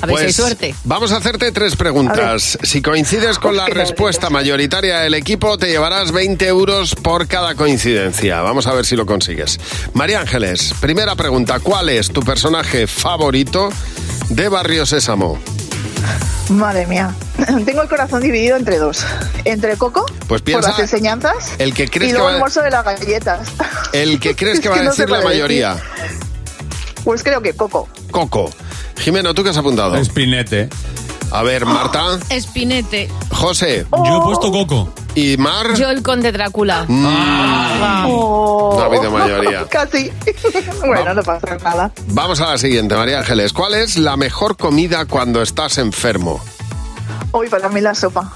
[SPEAKER 4] A
[SPEAKER 3] Pues, Vamos a hacerte tres preguntas. Si coincides con la respuesta mayoritaria del equipo, te llevarás 20 euros por cada coincidencia. Vamos a ver si lo consigues. María Ángeles, primera pregunta. ¿Cuál es tu personaje favorito de Barrio Sésamo?
[SPEAKER 1] Madre mía. Tengo el corazón dividido entre dos. Entre Coco,
[SPEAKER 3] Pues piensa-
[SPEAKER 1] por las enseñanzas,
[SPEAKER 3] El que
[SPEAKER 1] y
[SPEAKER 3] crees que
[SPEAKER 1] luego
[SPEAKER 3] va,
[SPEAKER 1] el morso de las galletas.
[SPEAKER 3] el que crees
[SPEAKER 1] Es
[SPEAKER 3] que va a
[SPEAKER 1] que no sé
[SPEAKER 3] decir la
[SPEAKER 1] cuál elegir.
[SPEAKER 3] mayoría.
[SPEAKER 1] Pues creo que Coco.
[SPEAKER 3] Coco. Jimeno, ¿tú qué has apuntado? Espinete. A ver, Marta.
[SPEAKER 4] Espinete.
[SPEAKER 3] José.
[SPEAKER 1] Oh.
[SPEAKER 3] Yo he puesto Coco. ¿Y Mar? Mm.
[SPEAKER 4] Yo el conde Drácula. Ah.
[SPEAKER 10] Oh.
[SPEAKER 3] No ha habido mayoría.
[SPEAKER 1] Casi. bueno, no pasa nada.
[SPEAKER 3] Vamos a la siguiente, María Ángeles. ¿Cuál es la mejor comida cuando estás enfermo?
[SPEAKER 1] Hoy para mí la sopa.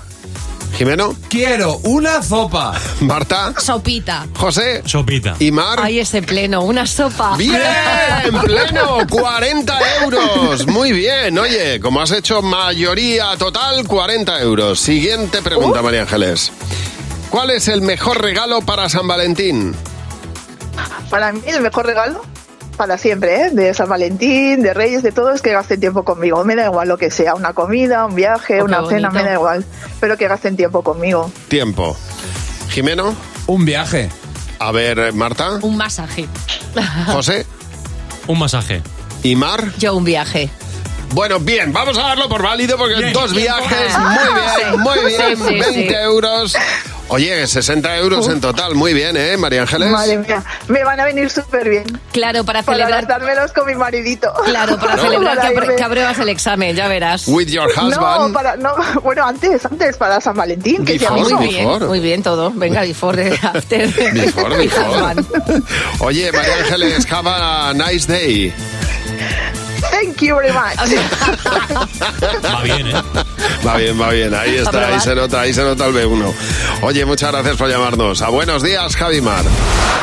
[SPEAKER 3] Jimeno. Quiero una sopa. Marta.
[SPEAKER 4] Sopita.
[SPEAKER 3] José. Sopita. Y Mar.
[SPEAKER 4] Ay, ese pleno, una sopa.
[SPEAKER 3] Bien, pleno, 40 euros. Muy bien, oye, como has hecho mayoría total, 40 euros. Siguiente pregunta, María Ángeles. ¿Cuál es el mejor regalo para San Valentín?
[SPEAKER 1] Para mí el mejor regalo para siempre, ¿eh? de San Valentín, de Reyes, de todo, es que gasten tiempo conmigo. Me da igual lo que sea, una comida, un viaje, una cena, me da igual. Pero que gasten tiempo conmigo.
[SPEAKER 3] Tiempo. Jimeno. Un viaje. A ver, Marta.
[SPEAKER 4] Un masaje.
[SPEAKER 3] José. Un masaje. ¿Y Mar?
[SPEAKER 4] Yo un viaje.
[SPEAKER 3] Bueno, bien, vamos a darlo por válido porque
[SPEAKER 4] Bien.
[SPEAKER 3] dos
[SPEAKER 4] Bien,
[SPEAKER 3] viajes,
[SPEAKER 4] por-
[SPEAKER 3] muy bien, muy bien,
[SPEAKER 1] Ah. Sí, sí,
[SPEAKER 3] 20
[SPEAKER 1] sí.
[SPEAKER 3] euros. Oye, 60 euros en total, muy bien, ¿eh, María Ángeles?
[SPEAKER 1] Madre mía, me van a venir súper bien.
[SPEAKER 4] Claro, para celebrar-
[SPEAKER 1] gastármelos con mi maridito.
[SPEAKER 4] Claro, para celebrar que, apre-
[SPEAKER 1] irme-
[SPEAKER 4] que apruebas el examen, ya verás.
[SPEAKER 3] With your
[SPEAKER 1] No, para, no, bueno, antes, antes, para San Valentín, que ya
[SPEAKER 3] Before,
[SPEAKER 1] mismo.
[SPEAKER 4] Muy bien,
[SPEAKER 3] Before.
[SPEAKER 4] muy bien todo. Venga, before, after.
[SPEAKER 3] Before,
[SPEAKER 4] Mi
[SPEAKER 3] before.
[SPEAKER 4] husband.
[SPEAKER 3] Oye, María Ángeles, have a nice day.
[SPEAKER 1] Thank you very much.
[SPEAKER 3] Va bien, ¿eh? Va bien, va bien, ahí está, ahí se nota, ahí se nota el B1. Oye, muchas gracias por llamarnos. A buenos días, Javi Mar.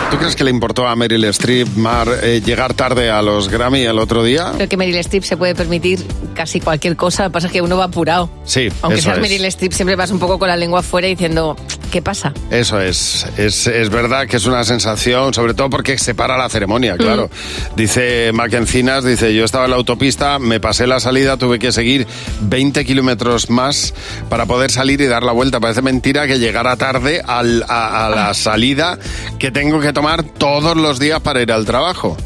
[SPEAKER 3] ¿Tú crees que le importó a Meryl Streep, Mar, eh, llegar tarde a los Grammy el otro día?
[SPEAKER 4] Creo que Meryl Streep se puede permitir casi cualquier cosa. Lo que pasa es que uno va apurado.
[SPEAKER 3] Sí,
[SPEAKER 4] Aunque
[SPEAKER 3] eso
[SPEAKER 4] seas
[SPEAKER 3] es.
[SPEAKER 4] Meryl Streep, siempre vas un poco con la lengua afuera diciendo, ¿qué pasa?
[SPEAKER 3] Eso es. es. Es verdad que es una sensación, sobre todo porque se para la ceremonia, claro. Dice Maquencinas, dice, yo estaba en la autopista, me pasé la salida, tuve que seguir 20 kilómetros más para poder salir y dar la vuelta. Parece mentira que llegara tarde al- a, a la salida que tengo que tomar todos los días para ir al trabajo.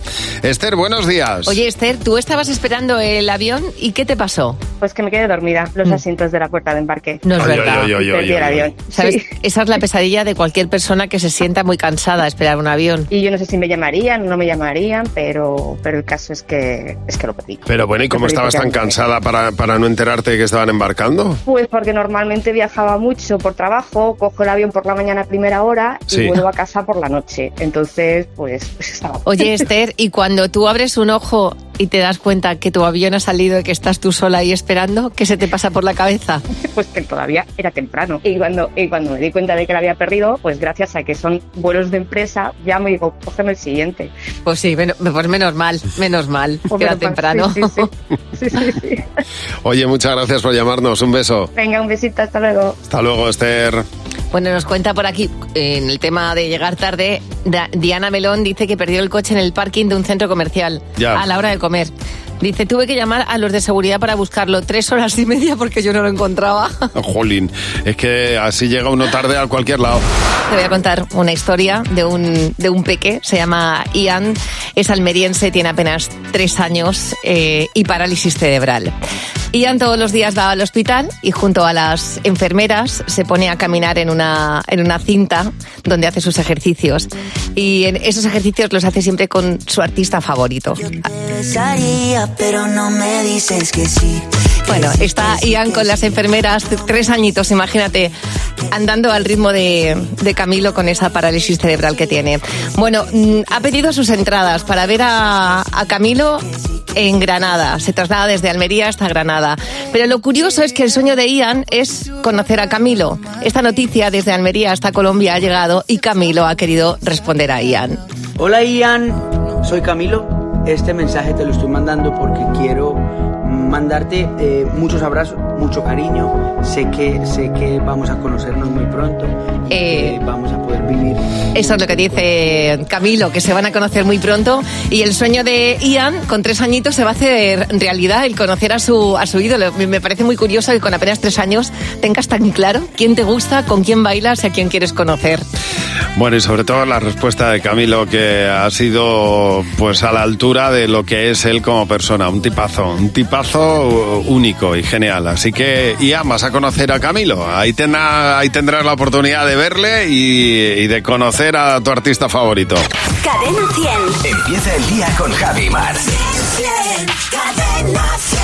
[SPEAKER 3] Esther, buenos días.
[SPEAKER 4] Oye, Esther, tú estabas esperando el avión y ¿qué te pasó? Mm.
[SPEAKER 10] Pues que me quedé dormida, los asientos de la puerta de embarque.
[SPEAKER 4] No es
[SPEAKER 10] Ay,
[SPEAKER 4] verdad.
[SPEAKER 10] ay, ay, ay, Perdí el ay, ay. avión.
[SPEAKER 4] ¿Sabes?
[SPEAKER 10] Sí.
[SPEAKER 4] Esa es la pesadilla de cualquier persona que se sienta muy cansada de esperar un avión.
[SPEAKER 10] Y yo no sé si me llamarían o no me llamarían, pero, pero el caso es que, es que lo perdí.
[SPEAKER 3] Pero bueno, ¿y cómo estabas tan cansada para, para no enterarte que estaban embarcando?
[SPEAKER 10] Pues porque normalmente viajaba mucho por trabajo, cojo el avión por la mañana a primera hora y
[SPEAKER 3] Sí.
[SPEAKER 10] vuelvo a casa por la noche. Entonces, pues, pues estaba.
[SPEAKER 4] Oye, Esther, y cuando tú abres un ojo y te das cuenta que tu avión ha salido y que estás tú sola ahí esperando, ¿qué se te pasa por la cabeza?
[SPEAKER 10] pues que todavía era temprano. Y cuando, y cuando me di cuenta de que la había perdido, pues gracias a que son vuelos de empresa, ya me digo, cógeme el siguiente.
[SPEAKER 4] Pues sí, men- pues menos mal, menos mal,
[SPEAKER 10] Pues
[SPEAKER 4] que era
[SPEAKER 10] menos mal,
[SPEAKER 4] temprano.
[SPEAKER 10] sí,
[SPEAKER 3] Oye, muchas gracias por llamarnos. Un beso.
[SPEAKER 4] Venga, un besito, hasta luego.
[SPEAKER 3] Hasta luego, Esther.
[SPEAKER 4] Bueno, nos cuenta por aquí, eh, en el tema de llegar tarde, Da- Diana Melón dice que perdió el coche en el parking de un centro comercial
[SPEAKER 11] Ya.
[SPEAKER 4] a la hora de comer. Dice, tuve que llamar a los de seguridad para buscarlo tres horas y media porque yo no lo encontraba.
[SPEAKER 3] Jolín, es que así llega uno tarde a cualquier lado.
[SPEAKER 4] Te voy a contar una historia de un, de un peque, se llama Ian, es almeriense, tiene apenas tres años eh, y parálisis cerebral. Ian todos los días va al hospital y junto a las enfermeras se pone a caminar en una, en una cinta donde hace sus ejercicios. Y en esos ejercicios los hace siempre con su artista favorito.
[SPEAKER 11] Besaría, pero no me dices que sí.
[SPEAKER 4] Bueno, está Ian con las enfermeras, t- tres añitos, imagínate, andando al ritmo de, de Camilo con esa parálisis cerebral que tiene. Bueno, mm, ha pedido sus entradas para ver a, a Camilo en Granada. Se traslada desde Almería hasta Granada. Pero lo curioso es que el sueño de Ian es conocer a Camilo. Esta noticia desde Almería hasta Colombia ha llegado y Camilo ha querido responder a Ian.
[SPEAKER 19] Hola Ian, soy Camilo. Este mensaje te lo estoy mandando porque quiero mandarte eh, muchos abrazos, mucho cariño. Sé que sé que vamos a conocernos muy pronto y
[SPEAKER 4] Eh,
[SPEAKER 19] que vamos a poder vivir.
[SPEAKER 4] Eso es lo que dice Camilo, que se van a conocer muy pronto. Y el sueño de Ian, con tres añitos, se va a hacer realidad, el conocer a su, a su ídolo. Me- Me parece muy curioso que con apenas tres años tengas tan claro quién te gusta, con quién bailas y a quién quieres conocer.
[SPEAKER 3] Bueno, y sobre todo la respuesta de Camilo, que ha sido pues a la altura de lo que es él como persona, un tipazo, un tipazo único y genial. Así que, Ian, vas a conocer a Camilo, ahí, tendrá- ahí tendrás la oportunidad de verle y, y de conocer a tu artista favorito.
[SPEAKER 27] Cadena 100. Empieza el día con Javi Mar. Cadena 100.